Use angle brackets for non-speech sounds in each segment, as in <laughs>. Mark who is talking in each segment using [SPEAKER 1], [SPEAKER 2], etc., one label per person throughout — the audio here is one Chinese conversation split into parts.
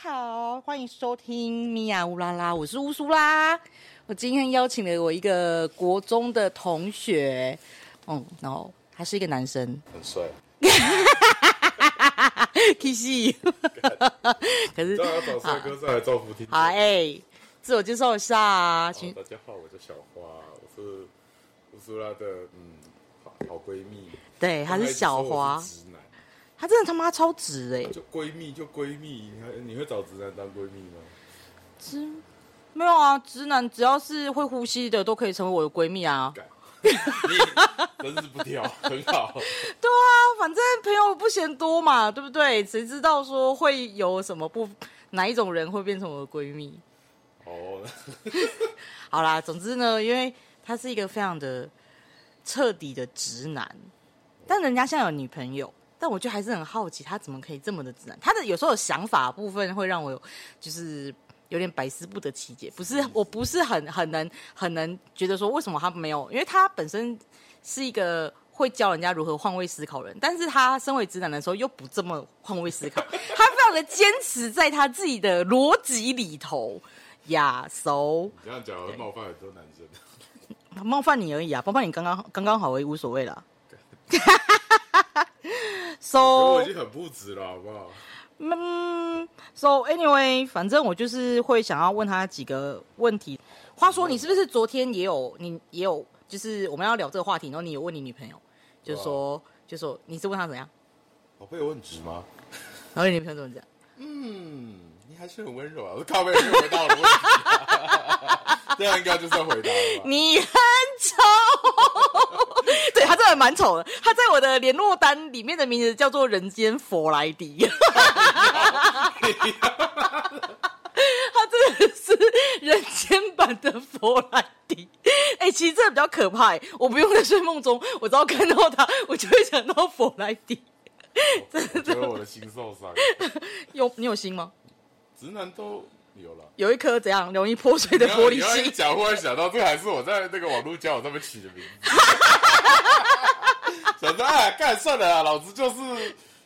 [SPEAKER 1] 好，欢迎收听米娅乌拉拉，我是乌苏拉。我今天邀请了我一个国中的同学，嗯，然后他是一个男生 <laughs>
[SPEAKER 2] 很帅。
[SPEAKER 1] ，Kissy，可是啊
[SPEAKER 2] 当然要找帅哥上来造福听众。
[SPEAKER 1] 嗯好哎、自我介绍一下啊，
[SPEAKER 2] 好
[SPEAKER 1] 请
[SPEAKER 2] 大家好，我叫小花，我是乌苏拉的嗯好好闺蜜。
[SPEAKER 1] 对，他哎是
[SPEAKER 2] 们还一直
[SPEAKER 1] 小
[SPEAKER 2] 说
[SPEAKER 1] 花
[SPEAKER 2] 我，是直男，
[SPEAKER 1] 他真的他妈超直哎、
[SPEAKER 2] 就闺蜜就闺蜜，你还你会找直男当闺蜜吗？
[SPEAKER 1] 直没有啊，直男只要是会呼吸的都可以成为我的闺蜜啊。 <laughs>
[SPEAKER 2] 干，你真是不挑，很好。
[SPEAKER 1] 对啊，反正朋友不嫌多嘛，对不对？谁知道说会有什么不哪一种人会变成我的闺蜜？
[SPEAKER 2] 哦，
[SPEAKER 1] 好啦，总之呢，因为他是一个非常的彻底的直男，但人家现在有女朋友，但我就还是很好奇，他怎么可以这么的直男？他的有时候想法部分会让我有就是有点百思不得其解，不是，我不是很很能很能觉得说为什么他没有，因为他本身是一个。会教人家如何换位思考人，但是他身为直男的时候又不这么换位思考，他非常的坚持在他自己的逻辑里头呀、so
[SPEAKER 2] 你这样讲会冒犯很多男生。
[SPEAKER 1] 冒犯你而已啊，冒犯你刚刚刚刚好而已，无所谓啦。
[SPEAKER 2] 我
[SPEAKER 1] so 哦
[SPEAKER 2] 已经很不直了，好不好？
[SPEAKER 1] 嗯，so anyway，反正我就是会想要问他几个问题。话说，你是不是昨天也有你也有，就是我们要聊这个话题，然后你有问你女朋友，就说就说你是问她怎样，
[SPEAKER 2] 宝贝，我很直吗？
[SPEAKER 1] 然后你女朋友怎么讲？
[SPEAKER 2] 嗯，你还是很温柔啊。我靠，没有回答我的问题，啊 <laughs> 这样应该就算回答了吧。
[SPEAKER 1] 你很丑， <laughs> 对他真的蛮丑的。他在我的联络单里面的名字叫做“人间佛莱迪”， <laughs> 他真的是人间版的佛莱迪。哎、其实这个比较可怕、欸。我不用在睡梦中，我只要看到他，我就会想到佛莱迪。
[SPEAKER 2] 我觉得我的心受伤。
[SPEAKER 1] 有你有心吗？
[SPEAKER 2] 直男都有了。
[SPEAKER 1] 有一颗怎样容易破碎的
[SPEAKER 2] 你要
[SPEAKER 1] 玻璃
[SPEAKER 2] 你要一
[SPEAKER 1] 心？
[SPEAKER 2] 讲，忽然想到，这还是我在那个网络交友上面取的名字。 <laughs> 想到啊，干算了啊，老子就是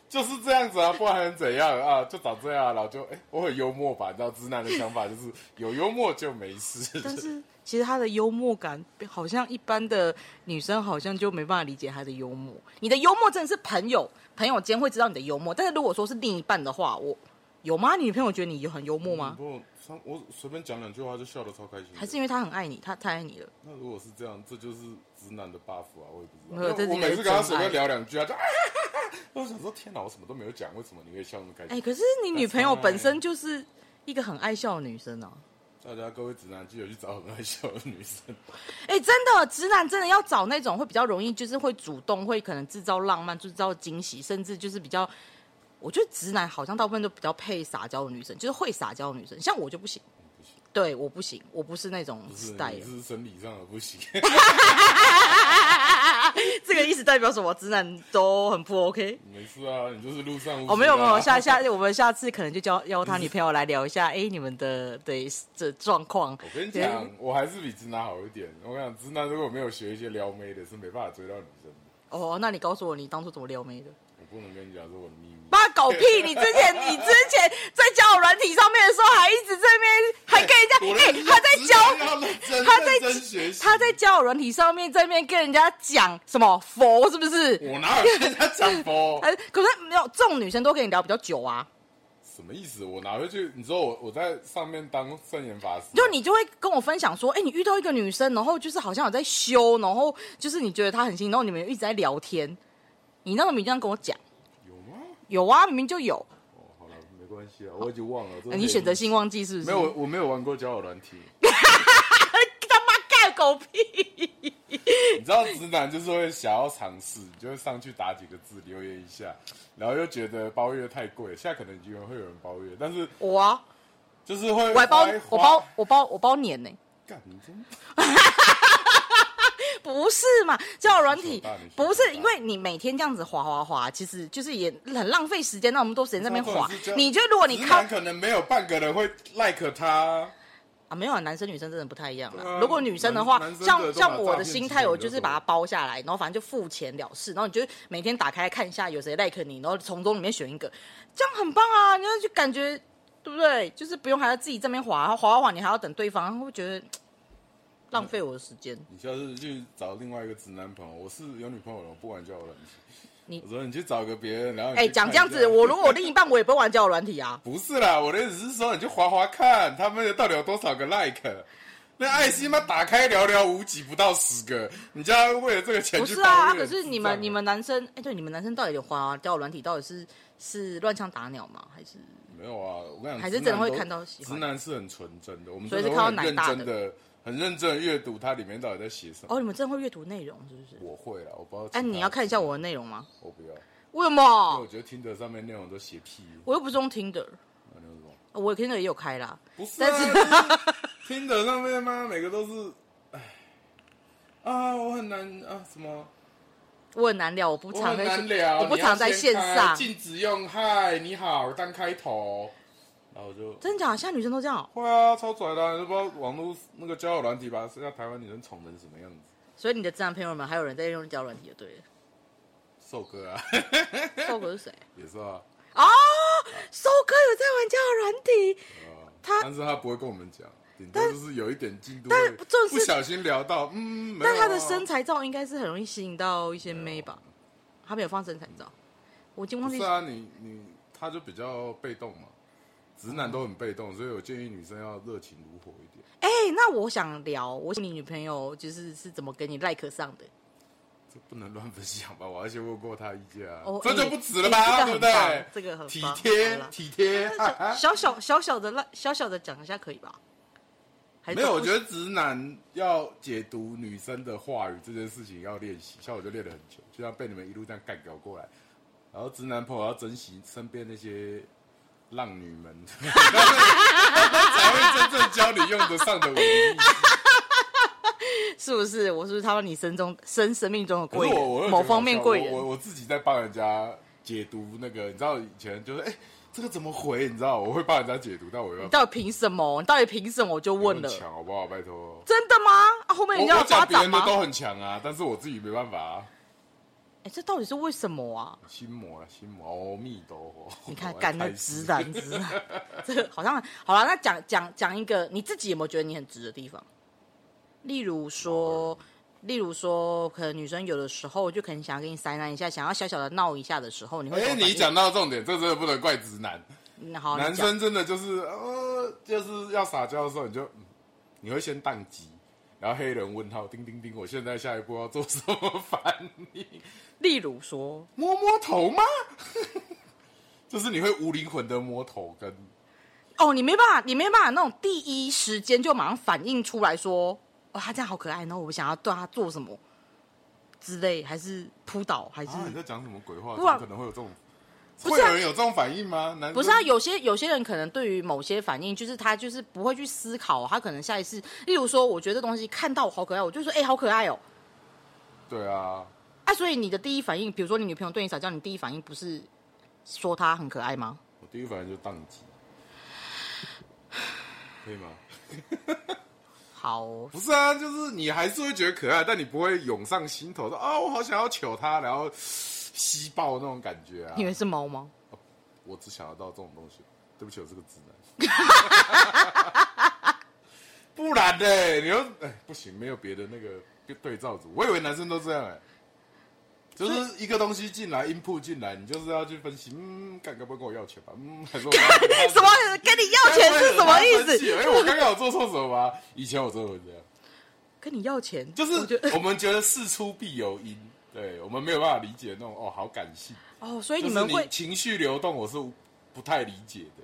[SPEAKER 2] 就是这样子啊，不然还能怎样啊？就长这样啊，老就哎、我很幽默吧？你知道，直男的想法就是有幽默就没事。
[SPEAKER 1] 但是其实他的幽默感，好像一般的女生好像就没办法理解他的幽默。你的幽默真的是朋友朋友间会知道你的幽默，但是如果说是另一半的话，我有吗？你女朋友觉得你很幽默吗？
[SPEAKER 2] 不，他我随便讲两句话就笑得超开心的。
[SPEAKER 1] 还是因为他很爱你，他太爱你了？
[SPEAKER 2] 那如果是这样，这就是直男的 buff 啊，我也不知道。
[SPEAKER 1] 没有这是
[SPEAKER 2] 我
[SPEAKER 1] 一个
[SPEAKER 2] 每次跟他随
[SPEAKER 1] 真爱
[SPEAKER 2] 便聊两句啊，就啊 <laughs> 哈哈哈，我想说天哪，我什么都没有讲，为什么你会笑那么开心
[SPEAKER 1] 哎、？可是你女朋友本身就是一个很爱笑的女生啊。
[SPEAKER 2] 大家各位直男记得去找很爱笑的女生，
[SPEAKER 1] 哎、真的，直男真的要找那种会比较容易，就是会主动，会可能制造浪漫，制造惊喜，甚至就是比较，我觉得直男好像大部分都比较配撒娇的女生，就是会撒娇的女生，像我就不行。
[SPEAKER 2] 不行，
[SPEAKER 1] 对，我不行，我不是那种
[SPEAKER 2] 不
[SPEAKER 1] <laughs>
[SPEAKER 2] 是
[SPEAKER 1] style
[SPEAKER 2] 你。是生理上的不行， <laughs>
[SPEAKER 1] 这个意思代表什么？直男都很不 OK。
[SPEAKER 2] 没事啊，你就是路上无
[SPEAKER 1] 哦，没有
[SPEAKER 2] 知
[SPEAKER 1] 没
[SPEAKER 2] 啊
[SPEAKER 1] 有，下下我们下次可能就叫邀他女朋友来聊一下，哎，你们的对这状况。
[SPEAKER 2] 我跟
[SPEAKER 1] <laughs>
[SPEAKER 2] 你讲，我还是比直男好一点。我跟你讲，直男如果没有学一些撩妹的，是没办法追到女生的。
[SPEAKER 1] 哦，那你告诉我你当初怎么撩妹的？
[SPEAKER 2] 我不能跟你讲这是我的秘密。
[SPEAKER 1] 妈狗屁！你之前你之前在交友软体上面的时候，还一直这边 <laughs> 还跟
[SPEAKER 2] 我
[SPEAKER 1] 人
[SPEAKER 2] 的
[SPEAKER 1] 家，哎、他在
[SPEAKER 2] 直
[SPEAKER 1] 交
[SPEAKER 2] 男要认真
[SPEAKER 1] 他在
[SPEAKER 2] 认真学习，
[SPEAKER 1] 他在交友软体上面这边跟人家讲什么佛是不是？
[SPEAKER 2] 我哪有跟他讲
[SPEAKER 1] <laughs>
[SPEAKER 2] 佛？
[SPEAKER 1] 哎，可是没有这种女生都跟你聊比较久啊。
[SPEAKER 2] 什么意思？我拿回去，你说我我在上面当圣言法师，
[SPEAKER 1] 就你就会跟我分享说，哎、你遇到一个女生，然后就是好像有在修，然后就是你觉得她很新，然后你们一直在聊天，你那个明这样跟我讲，
[SPEAKER 2] 有吗？
[SPEAKER 1] 有啊，明明就有，
[SPEAKER 2] 哦，好了，没关系啊，我已经忘了。这
[SPEAKER 1] 呃你选择性忘记是不是？
[SPEAKER 2] 没
[SPEAKER 1] <laughs>
[SPEAKER 2] 有，我我没有玩过交友软体。
[SPEAKER 1] 他妈干狗屁！
[SPEAKER 2] 你知道直男就是会想要尝试，你就会上去打几个字留言一下，然后又觉得包月太贵，现在可能已经有会有人包月，但是
[SPEAKER 1] 我啊，
[SPEAKER 2] 就是会
[SPEAKER 1] 我还包
[SPEAKER 2] 花一
[SPEAKER 1] 我
[SPEAKER 2] 花
[SPEAKER 1] 包我包我包年呢、
[SPEAKER 2] 干你真
[SPEAKER 1] 不是嘛？交友软体
[SPEAKER 2] 手大你手
[SPEAKER 1] 不
[SPEAKER 2] 大
[SPEAKER 1] 是因为你每天这样子滑滑滑，其实就是也很浪费时间，那我们多时间在那边滑
[SPEAKER 2] 重点是这。样
[SPEAKER 1] 你就如果哦你
[SPEAKER 2] 直
[SPEAKER 1] 靠
[SPEAKER 2] 男可能没有半个人会 like 他，
[SPEAKER 1] 啊，没有啊，男生女生真的不太一样啦。
[SPEAKER 2] 对啊
[SPEAKER 1] 如果女生的话
[SPEAKER 2] 男，男生
[SPEAKER 1] 像
[SPEAKER 2] 的
[SPEAKER 1] 像
[SPEAKER 2] 都把
[SPEAKER 1] 我的
[SPEAKER 2] 诈骗
[SPEAKER 1] 心
[SPEAKER 2] 集
[SPEAKER 1] 态，
[SPEAKER 2] 团
[SPEAKER 1] 我
[SPEAKER 2] 都
[SPEAKER 1] 就是
[SPEAKER 2] 走
[SPEAKER 1] 把它包下来，然后反正就付钱了事，然后你就每天打开看一下有谁 like 你，然后从中里面选一个，这样很棒啊！你要就感觉对不对？就是不用还要自己这边滑，滑滑滑，你还要等对方，会不会觉得嘖浪费我的时间？
[SPEAKER 2] 你下次去找另外一个直男朋友，我是有女朋友了，我不玩交友软件。
[SPEAKER 1] 你
[SPEAKER 2] 我说你去找个别人，然后你
[SPEAKER 1] 哎、
[SPEAKER 2] 去看
[SPEAKER 1] 讲
[SPEAKER 2] 一
[SPEAKER 1] 这样子，
[SPEAKER 2] 下
[SPEAKER 1] 我如果我另一半，我也不会玩交友软体啊。
[SPEAKER 2] 不是啦，我的意思是说，你就划划看他们到底有多少个 like，那爱心嘛打开寥寥无几，不到十个，你叫他为了这个钱
[SPEAKER 1] 不
[SPEAKER 2] 去
[SPEAKER 1] 是啊，
[SPEAKER 2] 抱
[SPEAKER 1] 啊
[SPEAKER 2] 怨
[SPEAKER 1] 可是你
[SPEAKER 2] 智障啊
[SPEAKER 1] 们你们男生，哎、对，你们男生到底有滑交友软体，到底是是乱枪打鸟吗？还是
[SPEAKER 2] 没有啊？我跟你讲，
[SPEAKER 1] 还是
[SPEAKER 2] 直
[SPEAKER 1] 真的
[SPEAKER 2] 男
[SPEAKER 1] 会
[SPEAKER 2] 都
[SPEAKER 1] 看到喜欢
[SPEAKER 2] 直男是很纯真的，我们
[SPEAKER 1] 所以
[SPEAKER 2] 真
[SPEAKER 1] 是
[SPEAKER 2] 的会
[SPEAKER 1] 看到奶
[SPEAKER 2] 很
[SPEAKER 1] 大
[SPEAKER 2] 认真的、很认真的阅读它里面到底在写什么。
[SPEAKER 1] 哦，你们真的会阅读内容是不是？
[SPEAKER 2] 我会啦，我不知道。
[SPEAKER 1] 哎、你要看一下，我的内容吗？
[SPEAKER 2] 我不要，因
[SPEAKER 1] 为什
[SPEAKER 2] 为
[SPEAKER 1] 么
[SPEAKER 2] 我？觉得听得上面内容都写屁。
[SPEAKER 1] 我又不是用 Tinder，
[SPEAKER 2] 啊那种
[SPEAKER 1] 我 Tinder 也有开啦。
[SPEAKER 2] 不是、
[SPEAKER 1] 但
[SPEAKER 2] 啊，听得上面吗？每个都是，哎，啊，我很难啊，什么？
[SPEAKER 1] 我很难聊，我不
[SPEAKER 2] 我
[SPEAKER 1] 常
[SPEAKER 2] 很
[SPEAKER 1] 在
[SPEAKER 2] 难聊，
[SPEAKER 1] 我不常在线
[SPEAKER 2] 你要先开
[SPEAKER 1] 上。
[SPEAKER 2] 禁止用“嗨，你好”当开头，然后我就
[SPEAKER 1] 真假？现在女生都这样哦、
[SPEAKER 2] 会啊，超拽的啊、你都不知道网络那个交友软体吧，现在台湾女生宠成什么样子？
[SPEAKER 1] 所以你的自然朋友们还有人在用交友软体就
[SPEAKER 2] <laughs>
[SPEAKER 1] 对了。
[SPEAKER 2] 瘦哥啊， <laughs>
[SPEAKER 1] 瘦哥是谁？
[SPEAKER 2] 也是啊，
[SPEAKER 1] 哦，瘦哥有在玩交友软体，
[SPEAKER 2] 啊
[SPEAKER 1] 他
[SPEAKER 2] 但是他不会跟我们讲，顶多就是有一点进度，
[SPEAKER 1] 但
[SPEAKER 2] 会
[SPEAKER 1] 重视
[SPEAKER 2] 不小心聊到，嗯，没有啊
[SPEAKER 1] 但他的身材照应该是很容易吸引到一些妹吧？他没有放身材照，我已经忘
[SPEAKER 2] 不
[SPEAKER 1] 记
[SPEAKER 2] 是。啊，你你他就比较被动嘛，直男都很被动，所以我建议女生要热情如火一点。
[SPEAKER 1] 哎、那我想聊，我你女朋友就是是怎么给你 like 上
[SPEAKER 2] <laughs>
[SPEAKER 1] 的？
[SPEAKER 2] 这不能乱分享吧？我要先问过他意见啊，
[SPEAKER 1] 哦
[SPEAKER 2] 这
[SPEAKER 1] 哎
[SPEAKER 2] 就不值了吧？
[SPEAKER 1] 哎
[SPEAKER 2] 对
[SPEAKER 1] 这
[SPEAKER 2] 不
[SPEAKER 1] 个很棒这个
[SPEAKER 2] 对？
[SPEAKER 1] 很
[SPEAKER 2] 体
[SPEAKER 1] 棒
[SPEAKER 2] 贴
[SPEAKER 1] 好啦
[SPEAKER 2] 体贴，哈哈
[SPEAKER 1] 小小小小的 like，小小的讲一下可以吧？还是
[SPEAKER 2] 没有，
[SPEAKER 1] 不
[SPEAKER 2] 我觉得直男要解读女生的话语这件事情要练习，像我就练了很久，就像被你们一路这样干搞过来。然后直男朋友要珍惜身边那些浪女
[SPEAKER 1] <laughs>
[SPEAKER 2] 们，才会真正教你用得上的文艺。
[SPEAKER 1] 是不是？我是不是他们你生中生生命中的
[SPEAKER 2] 可
[SPEAKER 1] 贵
[SPEAKER 2] 是我我又
[SPEAKER 1] 人？
[SPEAKER 2] 觉得
[SPEAKER 1] 某
[SPEAKER 2] 很
[SPEAKER 1] 方面
[SPEAKER 2] 好笑
[SPEAKER 1] 贵
[SPEAKER 2] 我我
[SPEAKER 1] 人？
[SPEAKER 2] 我自己在帮人家解读那个，你知道以前就是哎、这个怎么回？你知道我会帮人家解读，但我又
[SPEAKER 1] 你到底凭什么？你到底凭什么？我就问了。
[SPEAKER 2] 强好不好？拜托。
[SPEAKER 1] 真的吗？啊，后面人
[SPEAKER 2] 我
[SPEAKER 1] 家
[SPEAKER 2] 我
[SPEAKER 1] 要抓
[SPEAKER 2] 讲别
[SPEAKER 1] 掌
[SPEAKER 2] 人的
[SPEAKER 1] 吗？
[SPEAKER 2] 都很强啊，但是我自己没办法啊。
[SPEAKER 1] 哎、这到底是为什么啊？
[SPEAKER 2] 心魔了，心魔，阿弥陀佛。
[SPEAKER 1] 你看，
[SPEAKER 2] 我还
[SPEAKER 1] 干
[SPEAKER 2] 开
[SPEAKER 1] 那
[SPEAKER 2] 始
[SPEAKER 1] 直男直男， <laughs> 这个好像好了。那讲讲讲一个，你自己有没有觉得你很直的地方？例如说，例如说，可能女生有的时候就可能想要跟你塞难一下，想要小小的闹一下的时候，你会
[SPEAKER 2] <laughs> 哎、
[SPEAKER 1] 怎么反
[SPEAKER 2] 你
[SPEAKER 1] 应
[SPEAKER 2] 讲到重点，这真的不能怪直男，
[SPEAKER 1] 嗯好，你
[SPEAKER 2] 男
[SPEAKER 1] 讲
[SPEAKER 2] 生真的就是呃，就是要撒娇的时候，你就嗯你会先宕机，然后黑人问号，叮叮叮，我现在下一步要做什么反应？
[SPEAKER 1] 例如说，
[SPEAKER 2] 摸摸头吗？ <laughs> 就是你会无灵魂的摸头跟，
[SPEAKER 1] 哦，你没办法，你没办法那种第一时间就马上反应出来说，哦，他这样好可爱，然后我想要对他做什么之类，还是扑倒，还是、
[SPEAKER 2] 啊，你在讲什么鬼话？怎
[SPEAKER 1] 不然
[SPEAKER 2] 么可能会有这种？
[SPEAKER 1] 不
[SPEAKER 2] 会
[SPEAKER 1] 是啊
[SPEAKER 2] 有人有这种反应吗？男生
[SPEAKER 1] 不是啊，有些有些人可能对于某些反应，就是他就是不会去思考，他可能下一次，例如说，我觉得这东西看到我好可爱，我就说，哎、好可爱哦、
[SPEAKER 2] 对啊，
[SPEAKER 1] 啊，所以你的第一反应，比如说你女朋友对你撒娇，你第一反应不是说她很可爱吗？
[SPEAKER 2] 我第一反应就宕机，可以吗？
[SPEAKER 1] 好哦，
[SPEAKER 2] 不是啊，就是你还是会觉得可爱，但你不会涌上心头说啊，我好想要求他，然后吸爆那种感觉啊
[SPEAKER 1] 你。以为是猫吗？
[SPEAKER 2] 我只想得到这种东西。对不起，我是个直男。 <laughs> 不然呢、你又哎不行，没有别的那个对照组。我以为男生都这样哎、就是一个东西进来，input 进来，你就是要去分析，嗯，干该不会跟我要钱吧？嗯，还是我
[SPEAKER 1] <laughs> 什么跟你要钱是什么意
[SPEAKER 2] 该不会惹他生气
[SPEAKER 1] 思？
[SPEAKER 2] 哎、我刚刚有做错什么吗？以前我真的会这样。
[SPEAKER 1] 跟你要钱，
[SPEAKER 2] 就
[SPEAKER 1] 我觉
[SPEAKER 2] 是
[SPEAKER 1] 得
[SPEAKER 2] 我们觉得事出必有因，对我们没有办法理解那种哦，好感性，
[SPEAKER 1] 哦，所以
[SPEAKER 2] 就
[SPEAKER 1] 你
[SPEAKER 2] 是
[SPEAKER 1] 们
[SPEAKER 2] 你
[SPEAKER 1] 会，
[SPEAKER 2] 情绪流动，我是不太理解的。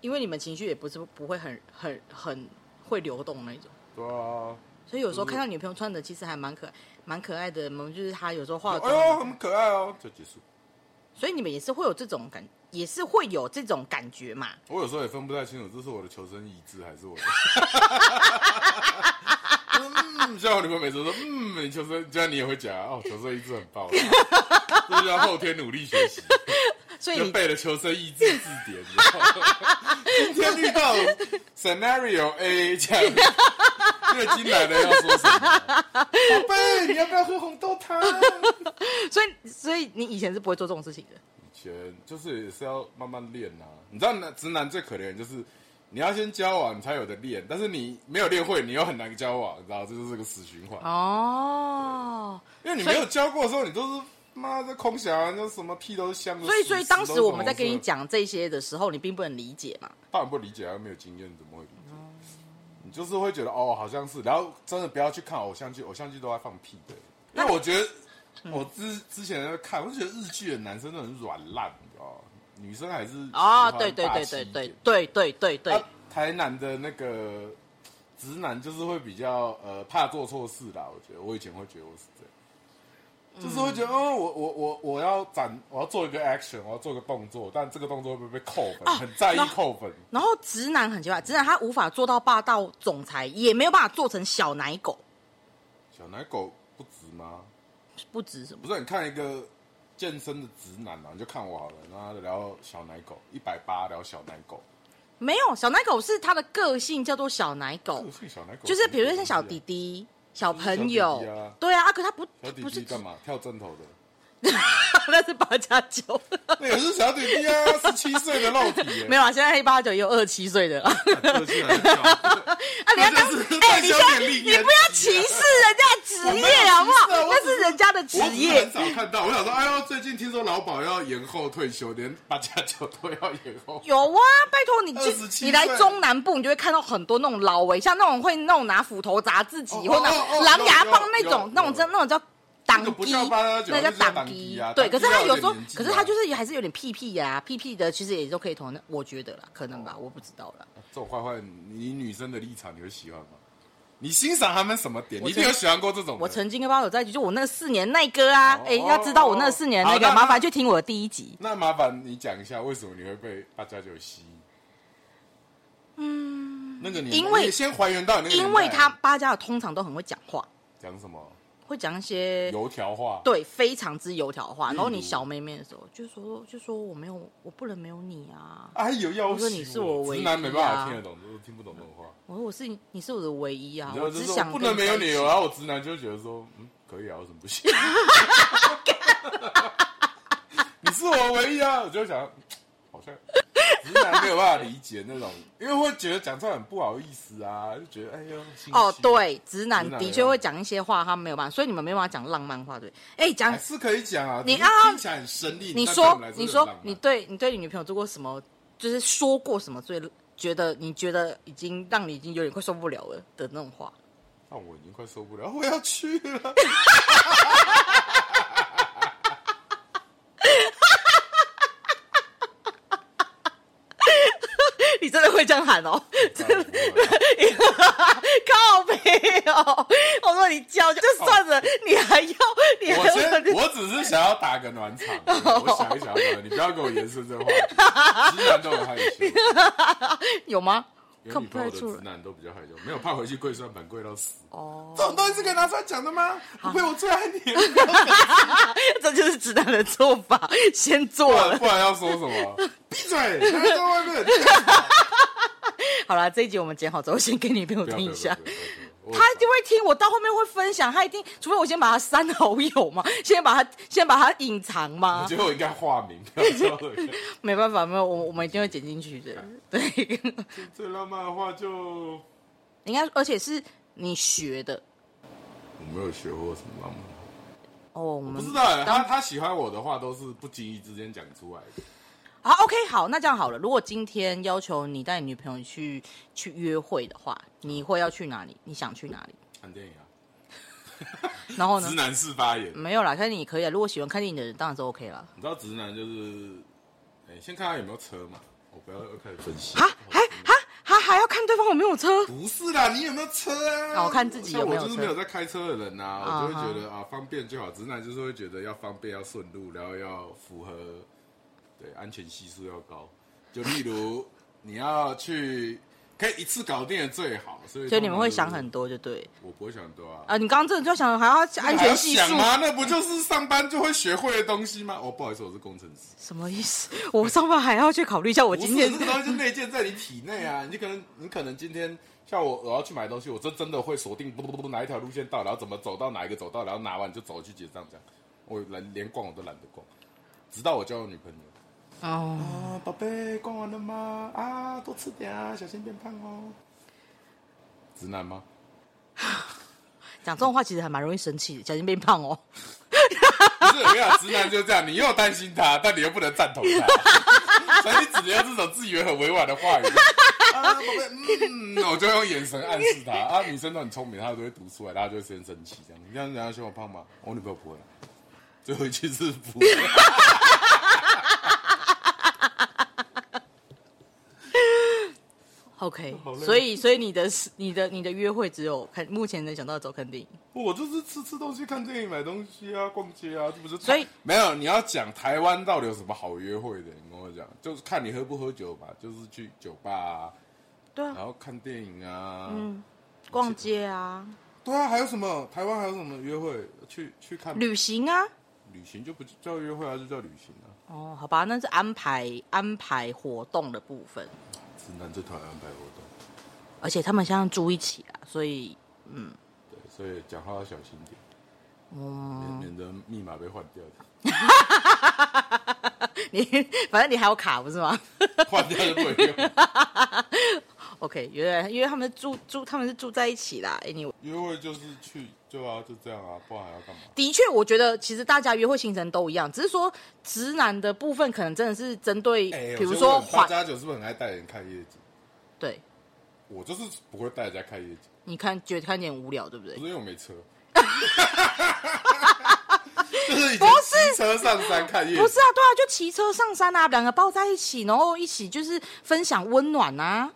[SPEAKER 1] 因为你们情绪也不是不会很很很会流动那种。
[SPEAKER 2] 对啊，
[SPEAKER 1] 所以有时候
[SPEAKER 2] 就是
[SPEAKER 1] 看到女朋友穿的其实还蛮可蛮可爱的，我们就是她有时候化妆，
[SPEAKER 2] 哎呦，很可爱哦，就结束。
[SPEAKER 1] 所以你们也是会有这种感，也是会有这种感觉嘛？
[SPEAKER 2] 我有时候也分不太清楚，这是我的求生意志还是我的。嗯， <laughs> 像我女朋友每次说，嗯，你求生，这样你也会讲啊哦，求生意志很棒啊， <laughs> 这就叫后天努力学习，
[SPEAKER 1] 所以
[SPEAKER 2] 就
[SPEAKER 1] 你
[SPEAKER 2] 背了求生意志字典。你知道吗 <laughs> 今天遇到 scenario A 这样，月经来了要说什么？宝贝，你要不要喝红豆汤？
[SPEAKER 1] 所以所以你以前是不会做这种事情的，
[SPEAKER 2] 前就是也是要慢慢练呐、你知道男直男最可怜的就是你要先交往你才有的练，但是你没有练会，你又很难交往，你知道这就是个死循环。
[SPEAKER 1] 哦，
[SPEAKER 2] 因为你没有教过的时候，你都是妈的空想啊，就什么屁都是香的。
[SPEAKER 1] 所以所以当时我们在跟你
[SPEAKER 2] 讲。
[SPEAKER 1] 讲这些的时候，你并不能理解嘛。
[SPEAKER 2] 当然不理解啊，没有经验怎么会理
[SPEAKER 1] 哦
[SPEAKER 2] 解？你就是会觉得哦，好像是，然后真的不要去看偶像剧，偶像剧都在放屁的。因为我觉得我之之前在看，我就觉得日剧的男生都很软烂，你知道吗？女生还是
[SPEAKER 1] 哦，
[SPEAKER 2] 喜欢
[SPEAKER 1] 对对
[SPEAKER 2] 霸
[SPEAKER 1] 对
[SPEAKER 2] 气
[SPEAKER 1] 对
[SPEAKER 2] 一
[SPEAKER 1] 对
[SPEAKER 2] 点
[SPEAKER 1] 对对对对
[SPEAKER 2] 啊，台南的那个直男就是会比较呃怕做错事啦，我觉得我以前会觉得我是这样，就是会觉得，
[SPEAKER 1] 嗯
[SPEAKER 2] 哦，我我我我要展，我要做一个 action，我要做一个动作，但这个动作会不会被扣分？
[SPEAKER 1] 啊
[SPEAKER 2] 很在意
[SPEAKER 1] 那
[SPEAKER 2] 扣分。
[SPEAKER 1] 然后直男很奇怪，直男他无法做到霸道总裁，也没有办法做成小奶狗，
[SPEAKER 2] 小奶狗不值吗？
[SPEAKER 1] 不止什么
[SPEAKER 2] 不是，你看一个健身的直男啊，你就看我好了，然后聊小奶狗，一百八聊小奶狗，
[SPEAKER 1] 没有小奶狗是他的个性叫做小奶狗
[SPEAKER 2] 个，性小奶狗
[SPEAKER 1] 哦就是比如说像小弟弟、小朋友，
[SPEAKER 2] 啊小弟弟啊
[SPEAKER 1] 对啊，啊可他不
[SPEAKER 2] 小弟
[SPEAKER 1] 不是
[SPEAKER 2] 弟
[SPEAKER 1] <laughs>
[SPEAKER 2] 干嘛跳针头的？
[SPEAKER 1] 那是八加九，
[SPEAKER 2] 那也是小弟弟啊，十七岁的肉体耶，
[SPEAKER 1] 没有啊，现在黑八九也有二十七岁的 <laughs> 了。啊，
[SPEAKER 2] 个性很小。
[SPEAKER 1] <laughs> 你要当
[SPEAKER 2] 那就是
[SPEAKER 1] 哎、你
[SPEAKER 2] 代销
[SPEAKER 1] 现在
[SPEAKER 2] 点力
[SPEAKER 1] 你不要歧视人家的职
[SPEAKER 2] <laughs>
[SPEAKER 1] 业好不好？
[SPEAKER 2] 我没有歧视啊我
[SPEAKER 1] 那
[SPEAKER 2] 只是
[SPEAKER 1] 是人家的职
[SPEAKER 2] 我只是
[SPEAKER 1] 业
[SPEAKER 2] 很。少看到，我想说，哎呦，最近听说劳保要延后退休，连八加九都要延后。 <laughs>
[SPEAKER 1] 有啊，拜托你
[SPEAKER 2] 27
[SPEAKER 1] 去，
[SPEAKER 2] 岁
[SPEAKER 1] 你来中南部，你就会看到很多那种老围，像那种会那种拿斧头砸自己，
[SPEAKER 2] 哦
[SPEAKER 1] 或拿
[SPEAKER 2] 哦哦
[SPEAKER 1] 狼牙棒
[SPEAKER 2] 有
[SPEAKER 1] 那
[SPEAKER 2] 有
[SPEAKER 1] 种，那种
[SPEAKER 2] 有
[SPEAKER 1] 真那种叫挡
[SPEAKER 2] 那个不
[SPEAKER 1] 逼，
[SPEAKER 2] 叫889
[SPEAKER 1] 那
[SPEAKER 2] 那
[SPEAKER 1] 叫
[SPEAKER 2] 叫
[SPEAKER 1] 挡
[SPEAKER 2] 挡
[SPEAKER 1] 逼
[SPEAKER 2] 逼啊。
[SPEAKER 1] 对，
[SPEAKER 2] 挡
[SPEAKER 1] 可
[SPEAKER 2] 逼
[SPEAKER 1] 是他
[SPEAKER 2] 要有
[SPEAKER 1] 有
[SPEAKER 2] 点
[SPEAKER 1] 时候
[SPEAKER 2] 年，纪
[SPEAKER 1] 可是他
[SPEAKER 2] 啊
[SPEAKER 1] 就是还是有点屁屁呀，屁屁的，其实也都可以同意。我觉得啦，可能吧，我不知道啦。
[SPEAKER 2] 这种坏坏，你女生的立场你会喜欢吗？你欣赏他们什么点？
[SPEAKER 1] 我
[SPEAKER 2] 你一定
[SPEAKER 1] 曾
[SPEAKER 2] 有喜欢过这种人。
[SPEAKER 1] 我曾经跟八友在一起，就我那个四年那个啊，
[SPEAKER 2] 哦
[SPEAKER 1] 哎，要知道我那个四年那个，
[SPEAKER 2] 好那
[SPEAKER 1] 麻烦去听我的第一集。
[SPEAKER 2] 那麻烦你讲一下，为什么你会被八加九吸引？嗯，那个年代
[SPEAKER 1] 因为
[SPEAKER 2] 你先还原到你那个年代，
[SPEAKER 1] 因为他八家的通常都很会讲话，
[SPEAKER 2] 讲什么
[SPEAKER 1] 会讲一些
[SPEAKER 2] 油条话，
[SPEAKER 1] 对，非常之油条化。
[SPEAKER 2] 例
[SPEAKER 1] 然后你
[SPEAKER 2] 如
[SPEAKER 1] 小妹妹的时候，就说就说我没有，我不能没有你啊！
[SPEAKER 2] 哎呦要
[SPEAKER 1] 我说
[SPEAKER 2] 死
[SPEAKER 1] 你是我唯一啊
[SPEAKER 2] 直男没办法听得懂，都听不懂这种话。
[SPEAKER 1] 我说我是你你是我的唯一啊，
[SPEAKER 2] 然
[SPEAKER 1] 我
[SPEAKER 2] 后就
[SPEAKER 1] 只
[SPEAKER 2] 是
[SPEAKER 1] 想
[SPEAKER 2] 不
[SPEAKER 1] 跟
[SPEAKER 2] 能没有
[SPEAKER 1] 在一
[SPEAKER 2] 理
[SPEAKER 1] 起
[SPEAKER 2] 由，然啊后我直男就会觉得说，嗯，可以啊，为什么不行？ <laughs> 你是我唯一啊，我就想，好像直男没有办法理解那种，因为会觉得讲出来很不好意思啊，就觉得哎呦，心虚
[SPEAKER 1] 哦，，对，直男
[SPEAKER 2] 直
[SPEAKER 1] 的
[SPEAKER 2] 男没
[SPEAKER 1] 确
[SPEAKER 2] 办
[SPEAKER 1] 会
[SPEAKER 2] 法
[SPEAKER 1] 讲一些话，他没有办法，所以你们没有办法讲浪漫话，对不对？哎，讲
[SPEAKER 2] 还是可以讲啊，
[SPEAKER 1] 你
[SPEAKER 2] 只是
[SPEAKER 1] 啊
[SPEAKER 2] 听起来很生硬。
[SPEAKER 1] 你
[SPEAKER 2] 但对我
[SPEAKER 1] 说
[SPEAKER 2] 们来说
[SPEAKER 1] 你
[SPEAKER 2] 很
[SPEAKER 1] 说
[SPEAKER 2] 浪漫
[SPEAKER 1] 你对你对你女朋友做过什么？就是说过什么最觉得你觉得已经让你已经有点快受不了了的那种话？ <laughs>
[SPEAKER 2] 那我已经快受不了，我要去了。
[SPEAKER 1] 你真的会这样喊哦？ <laughs>
[SPEAKER 2] 当然不会啊
[SPEAKER 1] 靠背哦！我说你叫就算了，你还要你
[SPEAKER 2] 我
[SPEAKER 1] 还要
[SPEAKER 2] 先，我只是想要打个暖场，我想一想好了，你不要给我延伸这个话题。直男都很害羞，
[SPEAKER 1] <laughs> 有吗？
[SPEAKER 2] 有
[SPEAKER 1] 看
[SPEAKER 2] 女
[SPEAKER 1] 不
[SPEAKER 2] 朋
[SPEAKER 1] 太
[SPEAKER 2] 友的
[SPEAKER 1] 出
[SPEAKER 2] 直
[SPEAKER 1] 来
[SPEAKER 2] 男都比较害羞，没有怕回去跪算盘跪到死。
[SPEAKER 1] 哦， <laughs>
[SPEAKER 2] 这种东西是可以拿出来讲的吗？不会，我最爱你。
[SPEAKER 1] 这就是直男的做法， <laughs> 先做
[SPEAKER 2] 不
[SPEAKER 1] 了
[SPEAKER 2] 然。 <laughs> 不然要说什么？闭嘴！他在外面。
[SPEAKER 1] 好啦，这一集我们剪好之后，先给女朋友
[SPEAKER 2] 不要
[SPEAKER 1] 听一下。，
[SPEAKER 2] 不要不要不要不要不要我
[SPEAKER 1] 他就会听，我到后面会分享，他一定，除非我先把他删好友嘛， <laughs> 先把他先把他隐藏
[SPEAKER 2] 我
[SPEAKER 1] 嘛，
[SPEAKER 2] 觉得我应该
[SPEAKER 1] <laughs>
[SPEAKER 2] 化名。不要说了
[SPEAKER 1] 没办法，没有我我们一定会剪进去的。对， <laughs>
[SPEAKER 2] 最浪漫的话就
[SPEAKER 1] 应该而且是你学的
[SPEAKER 2] 我没有学过什么浪漫话。
[SPEAKER 1] 哦，我
[SPEAKER 2] 不
[SPEAKER 1] 们
[SPEAKER 2] 知道欸，他他喜欢我的话都是不经意之间讲出来的。
[SPEAKER 1] 好，OK，好，那这样好了。如果今天要求你带你女朋友去去约会的话，你会要去哪里？你想去哪里？
[SPEAKER 2] 看电影啊，
[SPEAKER 1] 然后呢
[SPEAKER 2] 直？男式发言。
[SPEAKER 1] 没有啦，看你可以啊。如果喜欢看电影的人，当然是 OK 啦。
[SPEAKER 2] 你知道直男就是，哎、先看他有没有车嘛。我不要又开始分析。
[SPEAKER 1] 啊，还还还还要看对方有没有车？
[SPEAKER 2] 不是啦，你有没有车啊？
[SPEAKER 1] 哦看自己有没有
[SPEAKER 2] 像我就是
[SPEAKER 1] 车
[SPEAKER 2] 没有在开车的人呐、
[SPEAKER 1] 啊
[SPEAKER 2] 我就会觉得啊，方便就好。直男就是会觉得要方便，要顺路，然后要符合对安全系数要高。就例
[SPEAKER 1] <laughs>
[SPEAKER 2] 如你要去，可以一次搞定的最好。所以
[SPEAKER 1] 所以你们会
[SPEAKER 2] 通
[SPEAKER 1] 想
[SPEAKER 2] 常就是
[SPEAKER 1] 很，多，就对。
[SPEAKER 2] 我不会想很多啊。
[SPEAKER 1] 啊，你刚刚真的就想还要啊安全系
[SPEAKER 2] 还要
[SPEAKER 1] 数
[SPEAKER 2] 想？吗？那不就是上班就会学会的东西吗？哦，不好意思，我是工程师。
[SPEAKER 1] 什么意思？我上班还要去考虑一下我
[SPEAKER 2] 不
[SPEAKER 1] 啊今
[SPEAKER 2] 是，
[SPEAKER 1] 天
[SPEAKER 2] 这个东西就内建在你体内啊。你可能，你可能今天像我，我要去买东西，我真真的会锁定不不不哪一条路线到，然后怎么走到哪一个走道，然后拿完就走去结账这样。我连连逛我都懒得逛，直到我交了女朋友。
[SPEAKER 1] 哦，
[SPEAKER 2] 啊，宝贝，逛完了吗？啊，多吃点啊，小心变胖哦。直男吗？
[SPEAKER 1] 讲这种话其实还蛮容易生气的，小心变胖哦。
[SPEAKER 2] 不是，我跟你讲，直男就这样，你又担心他，但你又不能赞同 <laughs> 他，所以你只能用这种自以为很委婉的话语。啊，宝贝，嗯，我就用眼神暗示他。啊，女生都很聪明，她都会读出来，大家就会先生气这样。你这样人家嫌我胖吗？我女朋友不会。最后一句是不会。 <laughs>
[SPEAKER 1] OK，
[SPEAKER 2] 好累
[SPEAKER 1] 所以所以你的你的你的约会只有看目前能想到的走肯定，
[SPEAKER 2] 我就是吃吃东西、看电影、买东西啊，逛街啊，这不是台？
[SPEAKER 1] 所以
[SPEAKER 2] <laughs> 没有你要讲台湾到底有什么好约会的？你跟我讲，就是看你喝不喝酒吧，就是去酒吧啊，
[SPEAKER 1] 对啊
[SPEAKER 2] 然，后看电影啊，
[SPEAKER 1] 嗯，逛街啊，
[SPEAKER 2] 对啊，还有什么？台湾还有什么约会？去去看
[SPEAKER 1] 旅行啊。
[SPEAKER 2] 旅行就不叫约会啊，就叫旅行啊。
[SPEAKER 1] 哦，好吧，那是安排安排活动的部分，
[SPEAKER 2] 直男最讨厌安排活动，
[SPEAKER 1] 而且他们现在住一起啊，所以
[SPEAKER 2] 对，所以讲话要小心点，免
[SPEAKER 1] 嗯， <laughs>
[SPEAKER 2] 免得密码被换掉 <laughs> 的，
[SPEAKER 1] 你反正你还有卡不是吗
[SPEAKER 2] 换掉就不能用。
[SPEAKER 1] ？OK，原来因为他们住住他们是住在一起啦。Anyway，
[SPEAKER 2] 约会就是去，对啊，就这样啊，不然还要干嘛？
[SPEAKER 1] 的确，我觉得其实大家约会行程都一样，只是说直男的部分可能真的是针对，
[SPEAKER 2] 哎
[SPEAKER 1] 比如
[SPEAKER 2] 我先
[SPEAKER 1] 说
[SPEAKER 2] 问八
[SPEAKER 1] 环
[SPEAKER 2] 加九是不是很爱带人看夜景？
[SPEAKER 1] 对，
[SPEAKER 2] 我就是不会带人家看夜景，
[SPEAKER 1] 你看觉得看点无聊，对不对
[SPEAKER 2] 不？是因为我没车，
[SPEAKER 1] 不是
[SPEAKER 2] <laughs> 就是以前骑车上山看夜景，
[SPEAKER 1] 不是啊，对啊，就骑车上山啊，两个抱在一起，然后一起就是分享温暖啊。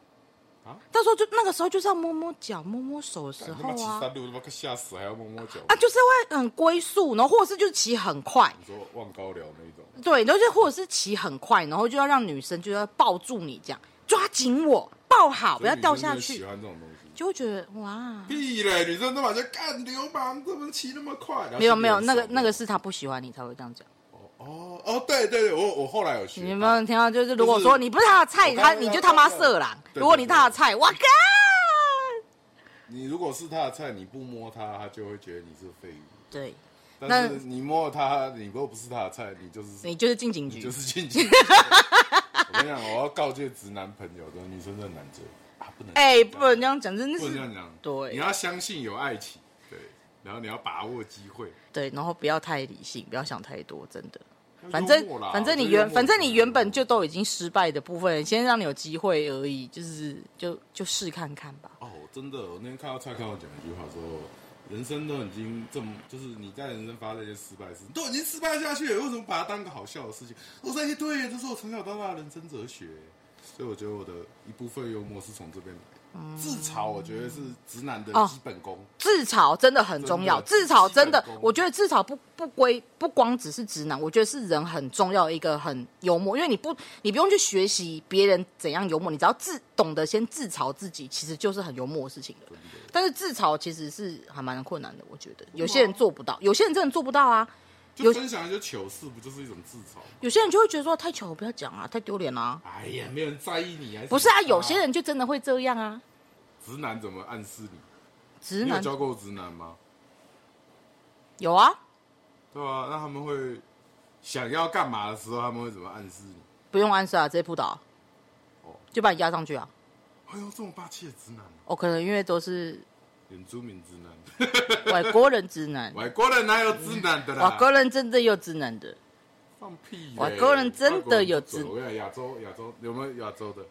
[SPEAKER 2] 啊
[SPEAKER 1] 到时候就那个时候就是要摸摸脚、摸摸手的时
[SPEAKER 2] 哎干他
[SPEAKER 1] 候
[SPEAKER 2] 妈骑
[SPEAKER 1] 啊，
[SPEAKER 2] 山路他妈快吓死，还要摸摸脚
[SPEAKER 1] 啊，就是会很龟速，然后或者是就是骑很快，
[SPEAKER 2] 你说望高寮那一种，
[SPEAKER 1] 对，然后就或者是骑很快，然后就要让女生就要抱住你这样，抓紧我，抱好，不要掉下
[SPEAKER 2] 所以女生真的喜
[SPEAKER 1] 去，
[SPEAKER 2] 欢这种东西。
[SPEAKER 1] 就会觉得哇，
[SPEAKER 2] 屁嘞！女生都把这干流氓，怎么骑那么快？然后
[SPEAKER 1] 没有
[SPEAKER 2] 心里
[SPEAKER 1] 没有，
[SPEAKER 2] 很
[SPEAKER 1] 那个
[SPEAKER 2] 爽
[SPEAKER 1] 那个是他不喜欢你才会这样讲。
[SPEAKER 2] 哦哦哦，对对对，我我后来有学到，
[SPEAKER 1] 你有没有听到？就是如果
[SPEAKER 2] 就是
[SPEAKER 1] 说你不是他的菜，
[SPEAKER 2] 我
[SPEAKER 1] 他
[SPEAKER 2] 刚刚
[SPEAKER 1] 你就他妈
[SPEAKER 2] 要
[SPEAKER 1] 色狼；
[SPEAKER 2] 对
[SPEAKER 1] 如果
[SPEAKER 2] 对
[SPEAKER 1] 你
[SPEAKER 2] 对
[SPEAKER 1] 他的菜，我靠！
[SPEAKER 2] 你如果是他的菜，你不摸他，他就会觉得你是废物；
[SPEAKER 1] 对，
[SPEAKER 2] 但
[SPEAKER 1] 那
[SPEAKER 2] 是你摸他，你如果不是他的菜，你就是 <laughs>
[SPEAKER 1] 你就是进警局，
[SPEAKER 2] 就是
[SPEAKER 1] <laughs>
[SPEAKER 2] 进去。我跟你讲，我要告诫直男朋友的女生真的难追啊，不能
[SPEAKER 1] 哎、不能这样讲，真的
[SPEAKER 2] 不能这
[SPEAKER 1] 是
[SPEAKER 2] 样讲，
[SPEAKER 1] 对
[SPEAKER 2] 你要相信有爱情，对，然后你要把握机会，
[SPEAKER 1] 对，然后不要太理性，不要想太多，真的。
[SPEAKER 2] 要
[SPEAKER 1] 反
[SPEAKER 2] 幽默
[SPEAKER 1] 正
[SPEAKER 2] 啦
[SPEAKER 1] 反正你
[SPEAKER 2] 我觉得幽
[SPEAKER 1] 原
[SPEAKER 2] 默
[SPEAKER 1] 反正
[SPEAKER 2] 很
[SPEAKER 1] 你
[SPEAKER 2] 重
[SPEAKER 1] 原本
[SPEAKER 2] 要
[SPEAKER 1] 就都已经失败的部分，先让你有机会而已，就是就就试看看吧。
[SPEAKER 2] 哦，真的，我那天看到蔡康永讲一句话说，人生都已经这么，就是你在人生发生一些失败的事，都已经失败下去了，为什么把它当个好笑的事情？我说，哎，对耶，这是我从小到大的人生哲学。所以我觉得我的一部分幽默是从这边来的，自嘲我觉得是直男的
[SPEAKER 1] 哦
[SPEAKER 2] 基本功。
[SPEAKER 1] 自嘲真的很重要，
[SPEAKER 2] 真
[SPEAKER 1] 自
[SPEAKER 2] 的
[SPEAKER 1] 嘲真的
[SPEAKER 2] 基本，功
[SPEAKER 1] 我觉得自嘲不不归不光只是直男，我觉得是人很重要的一个很幽默，因为你不你不用去学习别人怎样幽默，你只要自懂得先自嘲自己，其实就是很幽默的事情了。
[SPEAKER 2] 真的
[SPEAKER 1] 但是自嘲其实是还蛮困难的，我觉得有些人做不到，有些人真的做不到啊。有
[SPEAKER 2] 就分享一些糗事，不就是一种自嘲？
[SPEAKER 1] 有些人就会觉得说太糗，不要讲啊，太丢脸啊。
[SPEAKER 2] 哎呀，没有人在意你，还
[SPEAKER 1] 不是啊，
[SPEAKER 2] 什么
[SPEAKER 1] 有些人就真的会这样啊。
[SPEAKER 2] 直男怎么暗示你？
[SPEAKER 1] 直
[SPEAKER 2] 你有
[SPEAKER 1] 男
[SPEAKER 2] 教过直男吗？
[SPEAKER 1] 有啊，
[SPEAKER 2] 对啊，那他们会想要干嘛的时候，他们会怎么暗示你？
[SPEAKER 1] 不用暗示啊，直接扑倒
[SPEAKER 2] 哦，
[SPEAKER 1] 就把你压上去啊。
[SPEAKER 2] 哎呦，这么霸气的直男，啊
[SPEAKER 1] 哦，可能因为都是
[SPEAKER 2] 原住民直男，，
[SPEAKER 1] 外国人直男
[SPEAKER 2] <laughs> 外国人啊哪有直男的啦？
[SPEAKER 1] 外国人真的有直男的，
[SPEAKER 2] 放屁嘞！
[SPEAKER 1] 外国人真的有直
[SPEAKER 2] 外国人不准我跟你讲亚洲亚洲有没有亚洲的？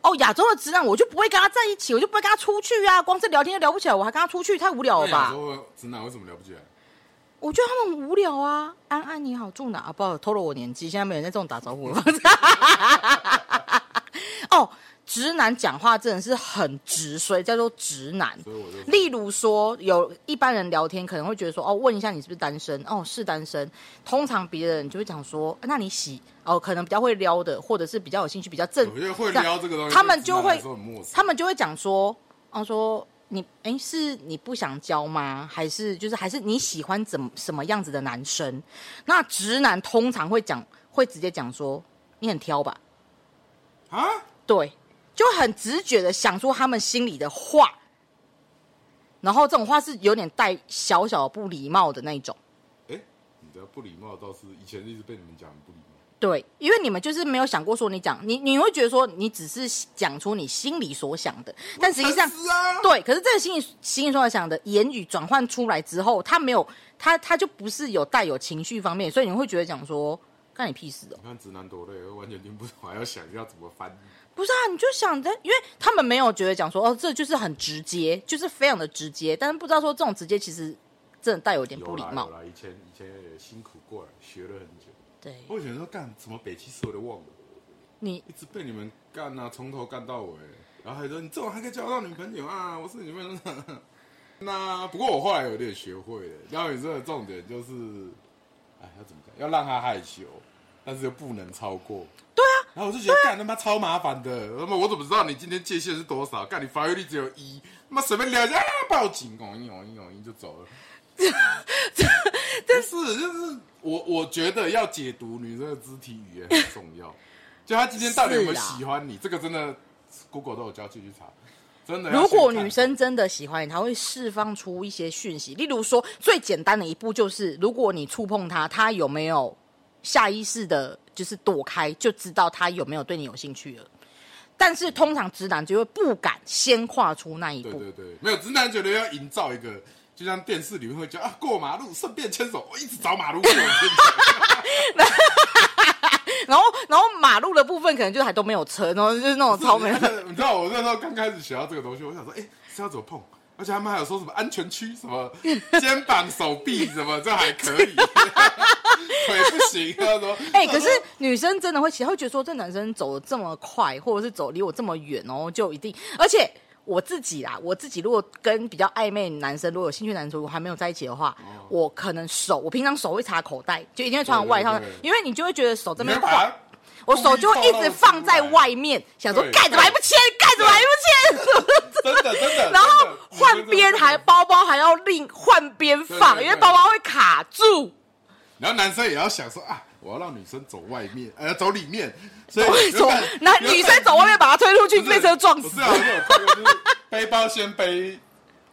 [SPEAKER 1] 哦，亚洲的直男我就不会跟他在一起，我就不会跟他出去啊，光是聊天就聊不起来，我还跟他出去，太无聊了
[SPEAKER 2] 那哎亚
[SPEAKER 1] 吧？
[SPEAKER 2] 洲的直男为什么聊不起来？
[SPEAKER 1] 我觉得他们很无聊啊。安安你好，住哪？啊，不好意思，透露我年纪，现在没有人在这种打招 <laughs> 呼了。哦，直男讲话真的是很直，所以叫做直男。
[SPEAKER 2] 所以我就
[SPEAKER 1] 例如说，有一般人聊天可能会觉得说，哦，问一下你是不是单身？哦，是单身。通常别人就会讲说，啊那你喜哦，可能比较会撩的，或者是比较有兴趣、比较正
[SPEAKER 2] 我觉得会撩这个东西，
[SPEAKER 1] 他们就会
[SPEAKER 2] 对直男来说很陌生。
[SPEAKER 1] 他们就会讲说，哦，说你，哎，是你不想交吗？还是就是还是你喜欢怎么什么样子的男生？那直男通常会讲，会直接讲说，你很挑吧？
[SPEAKER 2] 啊，
[SPEAKER 1] 对，就很直觉的想出他们心里的话，然后这种话是有点带小小不礼貌的那一种。
[SPEAKER 2] 哎，你在的，不礼貌倒是以前一直被你们讲不礼貌。
[SPEAKER 1] 对，因为你们就是没有想过说你讲你你会觉得说你只是讲出你心里所想的，但实际上
[SPEAKER 2] 是啊，
[SPEAKER 1] <laughs> 对，可是这个心里心里所想的言语转换出来之后，他没有他他就不是有带有情绪方面，所以你会觉得讲说干你屁事哦、
[SPEAKER 2] 你看直男多累，完全听不懂，还要想要怎么翻译。
[SPEAKER 1] 不是啊，你就想着，因为他们没有觉得讲说哦，这就是很直接，就是非常的直接，但是不知道说这种直接其实真的带有点不礼貌
[SPEAKER 2] 有。啦，有啦以前以前也辛苦过来，学了很久。
[SPEAKER 1] 对
[SPEAKER 2] 我以前说干什么北汽事我都忘了，
[SPEAKER 1] 你
[SPEAKER 2] 一直被你们干啊，从头干到尾。然后还说你这种还可以交到女朋友啊，我是女朋友。那不过我后来有点学会了，撩女生的重点就是，哎，要怎么讲？要让她害羞，但是又不能超过。
[SPEAKER 1] 对啊，
[SPEAKER 2] 然后我就觉得干他妈超麻烦的，他妈我怎么知道你今天界限是多少？干你发育率只有一，他妈随便聊一下、啊、报警，哦一哦一哦一就走了。但是就是我我觉得要解读女生的肢体语言很重要，就她今天到底有没有
[SPEAKER 1] 是啦啊
[SPEAKER 2] 喜欢你，这个真的 Google 都有教自己去查，真 <laughs> 的要
[SPEAKER 1] 如果
[SPEAKER 2] 先看哦
[SPEAKER 1] 女生真的喜欢你，她会释放出一些讯息，例如说最简单的一步就是，如果你触碰她，她有没有下意识的，就是躲开，就知道她有没有对你有兴趣了。但是通常直男就会不敢先跨出那一步，
[SPEAKER 2] 对对对，没有直男觉得要营造一个，就像电视里面会讲啊，过马路顺便牵手，哦我一直找马路过。
[SPEAKER 1] 然后然后马路的部分可能就还都没有车，然后就是那 <laughs> 种超没。
[SPEAKER 2] 你知道我那时候刚开始学到这个东西，我想说，哎、是要怎么碰？而且他们还有说什么安全区，什么肩膀、手臂，什么这还可以， <laughs> 腿不行。他说，
[SPEAKER 1] 哎、可是女生真的会，其实会觉得说，这男生走的这么快，或者是走离我这么远哦，就一定。而且我自己啦，我自己如果跟比较暧昧的男生，如果有兴趣的男生，我还没有在一起的话，
[SPEAKER 2] 哦
[SPEAKER 1] 我可能手，我平常手会插口袋，就一定会穿上外套，
[SPEAKER 2] 对对对
[SPEAKER 1] 因为你就会觉得手这
[SPEAKER 2] 你
[SPEAKER 1] 边
[SPEAKER 2] 们
[SPEAKER 1] 晃，
[SPEAKER 2] 把
[SPEAKER 1] 我手就会一直放在外面，想说
[SPEAKER 2] 对
[SPEAKER 1] 盖着还不签，盖着还不签，
[SPEAKER 2] <laughs> 它真
[SPEAKER 1] <laughs>
[SPEAKER 2] 的真的，
[SPEAKER 1] 然后
[SPEAKER 2] 真的
[SPEAKER 1] 换边还，包包还要另换边
[SPEAKER 2] 对
[SPEAKER 1] 放，
[SPEAKER 2] 对对
[SPEAKER 1] 因为包包会卡住。
[SPEAKER 2] 然后男生也要想说啊，我要让女生走外面，呃，走里面，所
[SPEAKER 1] 为 <laughs>
[SPEAKER 2] 以
[SPEAKER 1] 什么？那女生走外面把他推出去，
[SPEAKER 2] 不
[SPEAKER 1] <laughs>
[SPEAKER 2] 是
[SPEAKER 1] 被车撞
[SPEAKER 2] 不
[SPEAKER 1] 死
[SPEAKER 2] 是。啊，我有朋友就是背包先背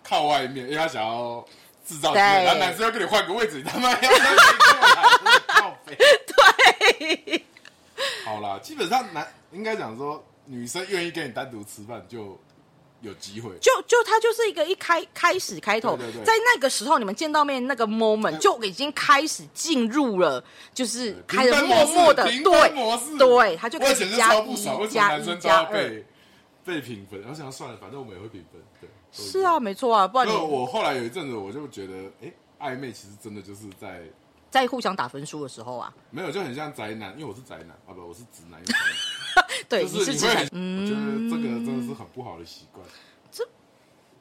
[SPEAKER 2] 靠外面，因为他想要制造机会，
[SPEAKER 1] 对
[SPEAKER 2] 然后男生要跟你换个位置，你他妈要让你过来，靠背。
[SPEAKER 1] 对，
[SPEAKER 2] 好啦，基本上男应该讲说，女生愿意跟你单独吃饭就有机会。
[SPEAKER 1] 就就他就是一个一开开始开头，
[SPEAKER 2] 对对对
[SPEAKER 1] 在那个时候你们见到面那个 moment 就已经开始进入了，就是开始默默的
[SPEAKER 2] 零分模式
[SPEAKER 1] 对对，他就
[SPEAKER 2] 我
[SPEAKER 1] 开
[SPEAKER 2] 以前
[SPEAKER 1] 始
[SPEAKER 2] 是
[SPEAKER 1] 加
[SPEAKER 2] 超不
[SPEAKER 1] 一
[SPEAKER 2] 爽，为什么
[SPEAKER 1] 加
[SPEAKER 2] 男
[SPEAKER 1] 一
[SPEAKER 2] 生都
[SPEAKER 1] 加
[SPEAKER 2] 要
[SPEAKER 1] 二，
[SPEAKER 2] 被被评分？我想算了，反正我们也会评分，对，都一样
[SPEAKER 1] 是啊，没错啊，不然
[SPEAKER 2] 所以
[SPEAKER 1] 你
[SPEAKER 2] 我后来有一阵子，我就觉得，哎、暧昧其实真的就是在
[SPEAKER 1] 在互相打分数的时候啊，
[SPEAKER 2] 没有，就很像宅男，因为我是宅男啊，不，我是直男，又宅男
[SPEAKER 1] <laughs> 对，
[SPEAKER 2] 就
[SPEAKER 1] 你
[SPEAKER 2] 是
[SPEAKER 1] 是
[SPEAKER 2] 你
[SPEAKER 1] 直
[SPEAKER 2] 会
[SPEAKER 1] 男
[SPEAKER 2] 很，，我觉得这个真的是很不好的习惯。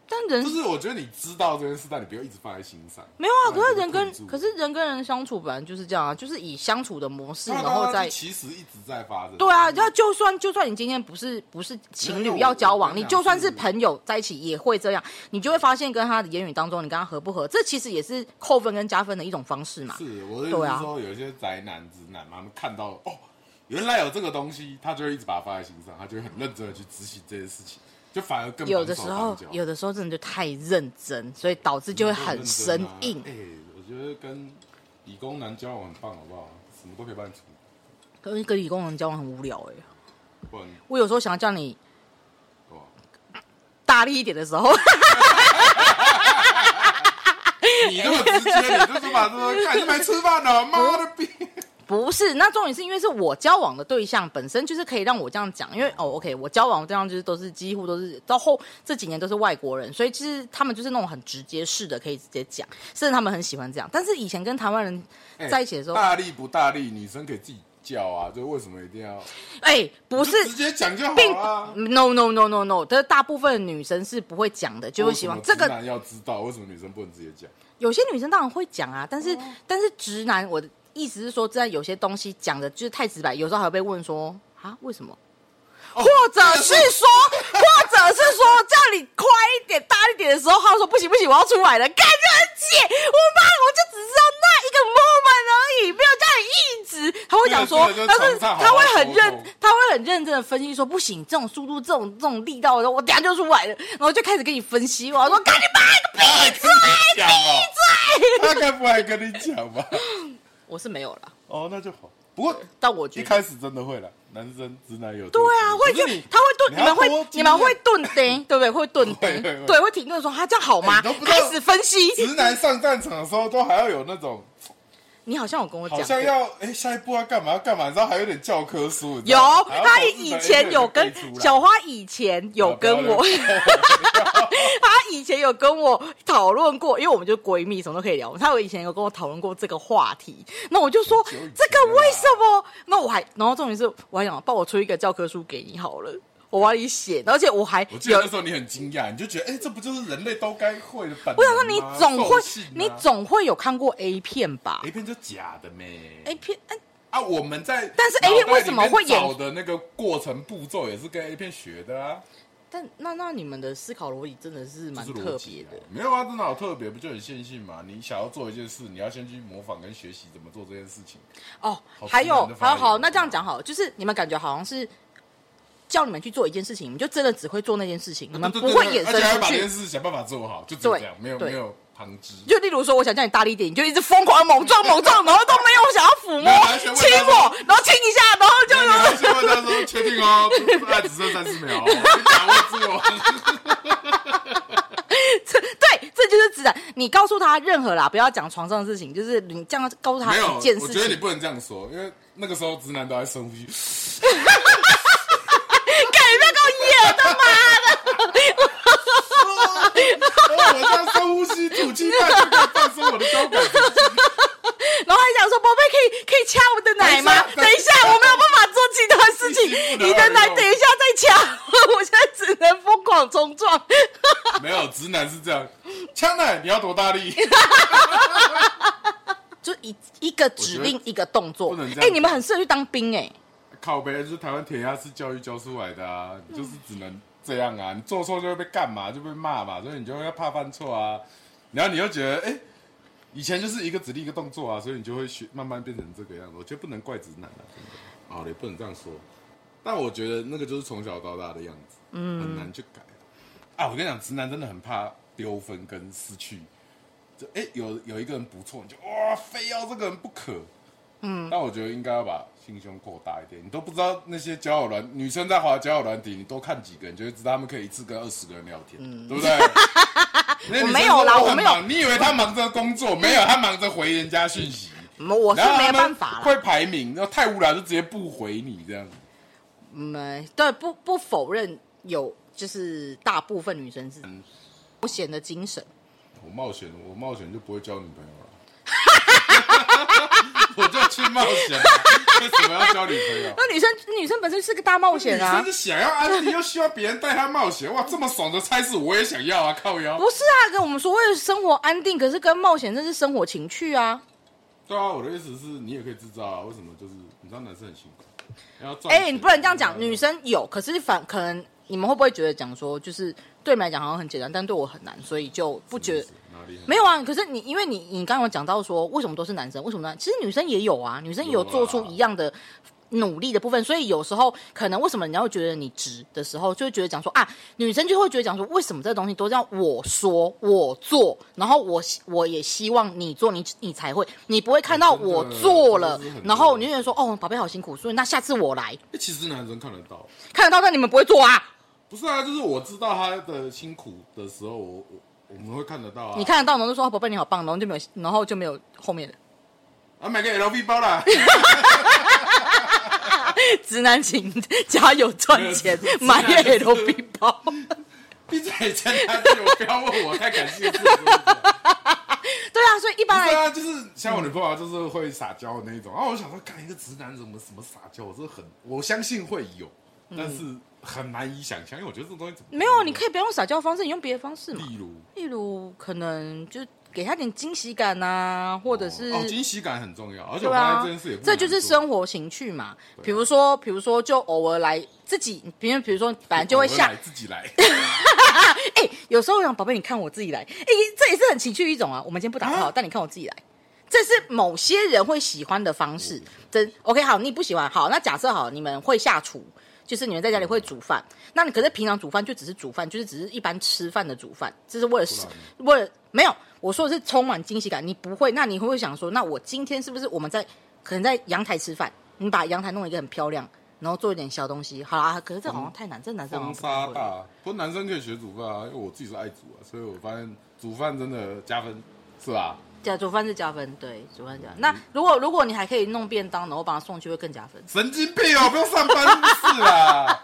[SPEAKER 1] 但人
[SPEAKER 2] 就是我觉得你知道这件事，但你不要一直放在心上。
[SPEAKER 1] 嗯没有啊，
[SPEAKER 2] 不
[SPEAKER 1] 可是
[SPEAKER 2] 然你就
[SPEAKER 1] 人跟
[SPEAKER 2] 困住
[SPEAKER 1] 可是人跟人相处本来就是这样啊，就是以相处的模式，
[SPEAKER 2] 对啊
[SPEAKER 1] 然后
[SPEAKER 2] 对啊
[SPEAKER 1] 再
[SPEAKER 2] 其实一直在发生。
[SPEAKER 1] 对啊，然后就算就算你今天不是不是情
[SPEAKER 2] 没有
[SPEAKER 1] 侣要交
[SPEAKER 2] 我
[SPEAKER 1] 往，
[SPEAKER 2] 跟你
[SPEAKER 1] 你
[SPEAKER 2] 讲
[SPEAKER 1] 就算是
[SPEAKER 2] 是
[SPEAKER 1] 朋友在一起也会这样，你就会发现跟他的言语当中，你跟他合不合，这其实也是扣分跟加分的一种方式嘛。
[SPEAKER 2] 是我的意
[SPEAKER 1] 对
[SPEAKER 2] 思
[SPEAKER 1] 啊
[SPEAKER 2] 是说，有一些宅男直男嘛，他们看到哦，原来有这个东西，他就会一直把它放在心上，他就会很认真的去执行这件事情，就反而更
[SPEAKER 1] 有的
[SPEAKER 2] 绑
[SPEAKER 1] 时
[SPEAKER 2] 手
[SPEAKER 1] 候
[SPEAKER 2] 绑脚，
[SPEAKER 1] 有的时候真的就太认真，所以导致就会很生硬
[SPEAKER 2] 哎、。我觉得跟理工男交往很棒，好不好？什么都可以帮你处理，
[SPEAKER 1] 跟跟理工人交往很无聊哎、
[SPEAKER 2] 不然
[SPEAKER 1] 我有时候想要叫你
[SPEAKER 2] 哇，
[SPEAKER 1] 大力一点的时候，
[SPEAKER 2] 你那么直接，你就是把这个干就没吃饭
[SPEAKER 1] <laughs>
[SPEAKER 2] 了，妈的逼！
[SPEAKER 1] 不是，那重点是因为是我交往的对象本身就是可以让我这样讲，因为哦，OK，我交往的对象就是都是几乎都是到后这几年都是外国人，所以其实他们就是那种很直接式的，可以直接讲，甚至他们很喜欢这样。但是以前跟台湾人
[SPEAKER 2] 哎
[SPEAKER 1] 在一起的时候，哎、
[SPEAKER 2] 大力不大力，女生可以自己叫啊，就为什么一定要？
[SPEAKER 1] 哎不是
[SPEAKER 2] 就直接讲就好啊
[SPEAKER 1] 并
[SPEAKER 2] 啦。
[SPEAKER 1] no no no no no，但是大部分女生是不会讲的，就会希望这
[SPEAKER 2] 为什么直
[SPEAKER 1] 个
[SPEAKER 2] 男要知道为什么女生不能直接讲。
[SPEAKER 1] 有些女生当然会讲啊，但是、但是直男，我的意思是说，在有些东西讲的就是太直白，有时候还会被问说啊为什么。
[SPEAKER 2] 哦
[SPEAKER 1] 或者是说，或者是说叫你快一点、大力点的时候，他说不行不行，我要出来了，感觉很解。我妈，我就只知道那一个 moment 而已，没有叫你一直。他会讲说
[SPEAKER 2] 对，
[SPEAKER 1] 但
[SPEAKER 2] 就是
[SPEAKER 1] 是
[SPEAKER 2] 从上
[SPEAKER 1] 他会很
[SPEAKER 2] 好好沟
[SPEAKER 1] 认
[SPEAKER 2] 通，
[SPEAKER 1] 他会很认真的分析说，不行，这种速度、这种这种力道的时候，我等下就出来了，然后就开始跟你分析。我要说，赶紧把那个
[SPEAKER 2] 闭嘴！闭嘴！他该不会还跟你讲吧？
[SPEAKER 1] 我是没有了，
[SPEAKER 2] 哦，那就好。不过
[SPEAKER 1] 但我觉
[SPEAKER 2] 一
[SPEAKER 1] 得
[SPEAKER 2] 开始真的会了，男生直男有
[SPEAKER 1] 对啊，会
[SPEAKER 2] 就
[SPEAKER 1] 就他会顿，
[SPEAKER 2] 你
[SPEAKER 1] 你
[SPEAKER 2] 要
[SPEAKER 1] 们会
[SPEAKER 2] 多
[SPEAKER 1] 你们会
[SPEAKER 2] 经
[SPEAKER 1] 顿
[SPEAKER 2] <laughs>
[SPEAKER 1] 停，对不对？会顿
[SPEAKER 2] 会
[SPEAKER 1] 停
[SPEAKER 2] 会会，
[SPEAKER 1] 对，会停顿说啊他这样好吗
[SPEAKER 2] 哎你都不？知道
[SPEAKER 1] 开始分析，
[SPEAKER 2] 直男上战场的时候都还要有那种
[SPEAKER 1] 你好像有跟我讲
[SPEAKER 2] 好
[SPEAKER 1] 过，
[SPEAKER 2] 像要哎、下一步要干嘛要干嘛，然后还有点教科书。你知
[SPEAKER 1] 有
[SPEAKER 2] 道吗
[SPEAKER 1] 他以前有跟
[SPEAKER 2] <laughs>
[SPEAKER 1] 小花以前有跟我， <laughs> 他以前有跟我讨论过，因为我们就闺蜜，什么都可以聊。他有以前有跟我讨论过这个话题，那我就说
[SPEAKER 2] 久以前啊
[SPEAKER 1] 这个为什么？那我还，然后重点是我还想帮我出一个教科书给你好了，我帮你写，而且我还
[SPEAKER 2] 我记得
[SPEAKER 1] 有
[SPEAKER 2] 那时候你很惊讶，你就觉得哎、这不就是人类都该会的本能吗？
[SPEAKER 1] 我想说你总会
[SPEAKER 2] 兽性啊，
[SPEAKER 1] 你总会有看过 A 片吧
[SPEAKER 2] A 片就假的咩
[SPEAKER 1] ？A 片，哎
[SPEAKER 2] 啊，我们在
[SPEAKER 1] 但是 A 片为什么会演
[SPEAKER 2] 脑袋里面找的那个过程步骤也是跟 A 片学的啊，
[SPEAKER 1] 但那那你们的思考逻辑真的是蛮
[SPEAKER 2] 这是
[SPEAKER 1] 特
[SPEAKER 2] 逻辑
[SPEAKER 1] 别
[SPEAKER 2] 啊
[SPEAKER 1] 的。
[SPEAKER 2] 没有啊，真的好特别，不就很线性嘛？你想要做一件事，你要先去模仿跟学习怎么做这件事情。
[SPEAKER 1] 哦
[SPEAKER 2] 好，
[SPEAKER 1] 还
[SPEAKER 2] 突
[SPEAKER 1] 有
[SPEAKER 2] 然的，发
[SPEAKER 1] 还有，
[SPEAKER 2] 言
[SPEAKER 1] 好，那这样讲好了，就是你们感觉好像是叫你们去做一件事情，你们就真的只会做那件事情，你们
[SPEAKER 2] 对
[SPEAKER 1] 不
[SPEAKER 2] 对对
[SPEAKER 1] 会衍
[SPEAKER 2] 而且还
[SPEAKER 1] 生
[SPEAKER 2] 把
[SPEAKER 1] 出
[SPEAKER 2] 这件
[SPEAKER 1] 去。
[SPEAKER 2] 事想办法做好，就只有
[SPEAKER 1] 对
[SPEAKER 2] 这样，没有
[SPEAKER 1] 对
[SPEAKER 2] 没有旁枝。
[SPEAKER 1] 就例如说，我想叫你大力一点，你就一直疯狂地猛撞猛撞，然后都没有想要抚
[SPEAKER 2] 没有还
[SPEAKER 1] 摸、
[SPEAKER 2] 是问他
[SPEAKER 1] 亲我，然后亲一下，然后就
[SPEAKER 2] 你要先问他说确定哦，那只剩三十秒哦，你把握住哦。
[SPEAKER 1] 这对，这就是指导。你告诉他任何啦，不要讲床上的事情，就是你这样告诉他
[SPEAKER 2] 没有，
[SPEAKER 1] 一件
[SPEAKER 2] 我
[SPEAKER 1] 事
[SPEAKER 2] 觉得你
[SPEAKER 1] 情，
[SPEAKER 2] 不能这样说，因为那个时候直男都在深
[SPEAKER 1] <laughs>
[SPEAKER 2] 呼吸。
[SPEAKER 1] 干你不要跟我演的嘛！
[SPEAKER 2] 哦，我这样深呼吸吐气，那就可以放松我的交感神经。
[SPEAKER 1] 然后还想说，宝贝，可以可以掐我的奶吗？
[SPEAKER 2] 等
[SPEAKER 1] 等
[SPEAKER 2] 一
[SPEAKER 1] 一
[SPEAKER 2] 下
[SPEAKER 1] 下，我没有办法做其他事情，
[SPEAKER 2] <laughs> 你
[SPEAKER 1] 你的奶等一下再掐， <laughs> 我现在只能疯狂冲撞。
[SPEAKER 2] 没有，直男是这样，枪奶你要多大力？
[SPEAKER 1] 就一一个指
[SPEAKER 2] 我
[SPEAKER 1] 令一个动作
[SPEAKER 2] 不能这，样
[SPEAKER 1] 哎、你们很适合去当兵哎、
[SPEAKER 2] 靠背就是台湾填鸭式教育教出来的啊，你就是只能这样啊，你做错就会被干嘛，就被骂嘛，所以你就会怕犯错啊。然后你又觉得，哎、以前就是一个指令一个动作啊，所以你就会学慢慢变成这个样子。我觉得不能怪直男啊，真的，哦，也不能这样说。但我觉得那个就是从小到大的样子，嗯，很难去改啊。我跟你讲，直男真的很怕丢分跟失去。就哎、有有一个人不错，你就哇，非要这个人不可。
[SPEAKER 1] 嗯
[SPEAKER 2] 但我觉得应该要把心胸扩大一点。你都不知道那些交友软女生在滑交友软体，你多看几个，你就会知道他们可以一次跟二十个人聊天，对
[SPEAKER 1] <laughs>
[SPEAKER 2] 不对？
[SPEAKER 1] 嗯我
[SPEAKER 2] 那女生
[SPEAKER 1] 没有啦
[SPEAKER 2] 说
[SPEAKER 1] 我
[SPEAKER 2] 很
[SPEAKER 1] 没有
[SPEAKER 2] 忙你以为她忙着工作，没有，她忙着回人家
[SPEAKER 1] <laughs>
[SPEAKER 2] 讯息。
[SPEAKER 1] 嗯我是
[SPEAKER 2] 然后
[SPEAKER 1] 没
[SPEAKER 2] 他们
[SPEAKER 1] 办法啦，
[SPEAKER 2] 会排名，然后太无聊就直接不回你这样。
[SPEAKER 1] 嗯，对，不不否认有，就是大部分女生是
[SPEAKER 2] 嗯
[SPEAKER 1] 不显得精神。
[SPEAKER 2] 我冒险，我冒险就不会交女朋友了。 <laughs> 我就去冒险了，为什么要交女朋友？
[SPEAKER 1] 那女生女生本身是个大冒险啊
[SPEAKER 2] 女生，是想要安定，又希望别人带她冒险，哇，这么爽的差事我也想要啊！靠腰，
[SPEAKER 1] 不是啊，跟我们所谓的生活安定，可是跟冒险这是生活情趣啊。
[SPEAKER 2] 对啊，我的意思是你也可以制造啊，为什么就是你知道男生很辛苦，要赚
[SPEAKER 1] 哎、
[SPEAKER 2] 钱
[SPEAKER 1] 你不能这样讲，
[SPEAKER 2] 啊
[SPEAKER 1] 女生有，可是反可能你们会不会觉得讲说，就是对你们来讲好像很简单，但对我很难，所以就不觉得
[SPEAKER 2] 什么意思哪里很
[SPEAKER 1] 没有啊？可是你因为你你刚刚有讲到说，为什么都是男生？为什么呢？其实女生也有啊，女生也有
[SPEAKER 2] 有啊
[SPEAKER 1] 做出一样的。努力的部分，所以有时候可能为什么你要觉得你值的时候，就会觉得讲说啊，女生就会觉得讲说，为什么这东西都叫我说我做，然后我希我也希望你做，你你才会，你不会看到
[SPEAKER 2] 哎真的
[SPEAKER 1] 我做了
[SPEAKER 2] 真的是，很
[SPEAKER 1] 然后
[SPEAKER 2] 多
[SPEAKER 1] 你就觉得说哦，宝贝好辛苦，所以那下次我来，
[SPEAKER 2] 哎其实男生看得到，
[SPEAKER 1] 看得到，但你们不会做啊。
[SPEAKER 2] 不是啊，就是我知道他的辛苦的时候，我我我们会看得到啊。
[SPEAKER 1] 你看得到，然后就说哦宝贝你好棒，然后就没有，然后就没有后面的
[SPEAKER 2] 啊，买个 LV 包啦，
[SPEAKER 1] <laughs> 直男请加油赚钱
[SPEAKER 2] 没有直
[SPEAKER 1] 买
[SPEAKER 2] 直男
[SPEAKER 1] LV 包。
[SPEAKER 2] 闭嘴，真的，我不要问我太感
[SPEAKER 1] <laughs>
[SPEAKER 2] 兴趣了。
[SPEAKER 1] <laughs> 对啊，所以一般
[SPEAKER 2] 对
[SPEAKER 1] 来
[SPEAKER 2] 啊，就是像我女朋友啊就是会撒娇的那一种。然啊后我想说，看一个直男怎么什么撒娇，我真的很我相信会有，但是很难以想象，因为我觉得这种东西怎么
[SPEAKER 1] 没有，你可以不要用撒娇的方式，你用别的方式嘛。
[SPEAKER 2] 例如。
[SPEAKER 1] 嗯例如，可能就给他点惊喜感啊，或者是、
[SPEAKER 2] 哦，惊喜感很重要，而且
[SPEAKER 1] 对
[SPEAKER 2] 我发
[SPEAKER 1] 啊
[SPEAKER 2] 现这件事也，不
[SPEAKER 1] 这就是
[SPEAKER 2] 生
[SPEAKER 1] 生活情趣嘛。比如说，比如说，就偶尔来自己，比如比如说，本来就会下，
[SPEAKER 2] 自己
[SPEAKER 1] <laughs>
[SPEAKER 2] 来
[SPEAKER 1] 哎、有时候我想宝贝，你看我自己来，哎、这也是很情趣一种啊。我们今天不打炮，
[SPEAKER 2] 啊
[SPEAKER 1] 但你看我自己来，这是某
[SPEAKER 2] 哦
[SPEAKER 1] 些人会喜欢的方式。真 OK，好，你不喜欢，好，那假设好，你们会下厨，就是你们在家里会煮饭，那你可是平常煮饭就只是煮饭，就是只是一般吃饭的煮饭，这是为了是
[SPEAKER 2] 不然呢
[SPEAKER 1] 为了没有我说的是充满惊喜感，你不会，那你会不会想说，那我今天是不是我们在可能在阳台吃饭，你把阳台弄一个很漂亮，然后做一点小东西，好啦，可是这好像太难，这男生好像
[SPEAKER 2] 风
[SPEAKER 1] 不太
[SPEAKER 2] 沙
[SPEAKER 1] 会
[SPEAKER 2] 大，不过男生可以学煮饭啊，因为我自己是爱煮啊，所以我发现煮饭真的加分，是吧？
[SPEAKER 1] 加煮饭是加分，对，煮饭加分。那如果如果你还可以弄便当，然后把它送去，会更加分。
[SPEAKER 2] 神经病哦，不用上班是
[SPEAKER 1] <laughs>
[SPEAKER 2] 啦。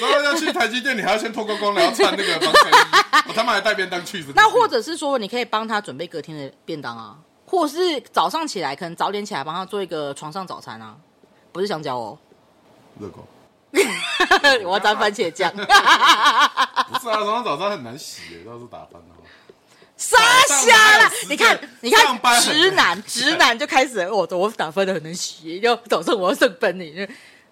[SPEAKER 2] 然后要去台积电，你还要先脱光光，然后穿那个防水衣，我他妈还带便当去。神经病
[SPEAKER 1] 那或者是说，你可以帮他准备隔天的便当啊，或是早上起来，可能早点起来帮他做一个床上早餐啊，不是香蕉哦，
[SPEAKER 2] 热狗，嗯
[SPEAKER 1] <laughs> 我要沾番茄酱， <laughs>
[SPEAKER 2] 不是啊，早上早上很难洗耶，到时候打翻哦了。
[SPEAKER 1] 傻瞎啦！你看，你看
[SPEAKER 2] 上班，很
[SPEAKER 1] 直男，直男就开始，我我打分的很能洗，要早上我要上班呢。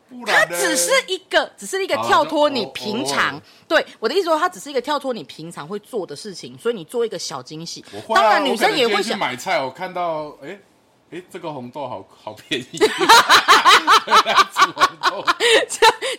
[SPEAKER 2] 不
[SPEAKER 1] 它
[SPEAKER 2] 然呢
[SPEAKER 1] 只是一个，只是一个
[SPEAKER 2] 好
[SPEAKER 1] 跳脱你
[SPEAKER 2] 啊就偶
[SPEAKER 1] 平
[SPEAKER 2] 偶
[SPEAKER 1] 常
[SPEAKER 2] 尔。
[SPEAKER 1] 对我的意思说，它只是一个跳脱你平常会做的事情，所以你做一个小惊喜
[SPEAKER 2] 我。会啊
[SPEAKER 1] 当然，女生也
[SPEAKER 2] 我可
[SPEAKER 1] 会
[SPEAKER 2] 能今天去
[SPEAKER 1] 想，
[SPEAKER 2] 买菜，我看到哎哎、诶这个红豆好好
[SPEAKER 1] <laughs>
[SPEAKER 2] 便宜， <laughs> 煮红豆。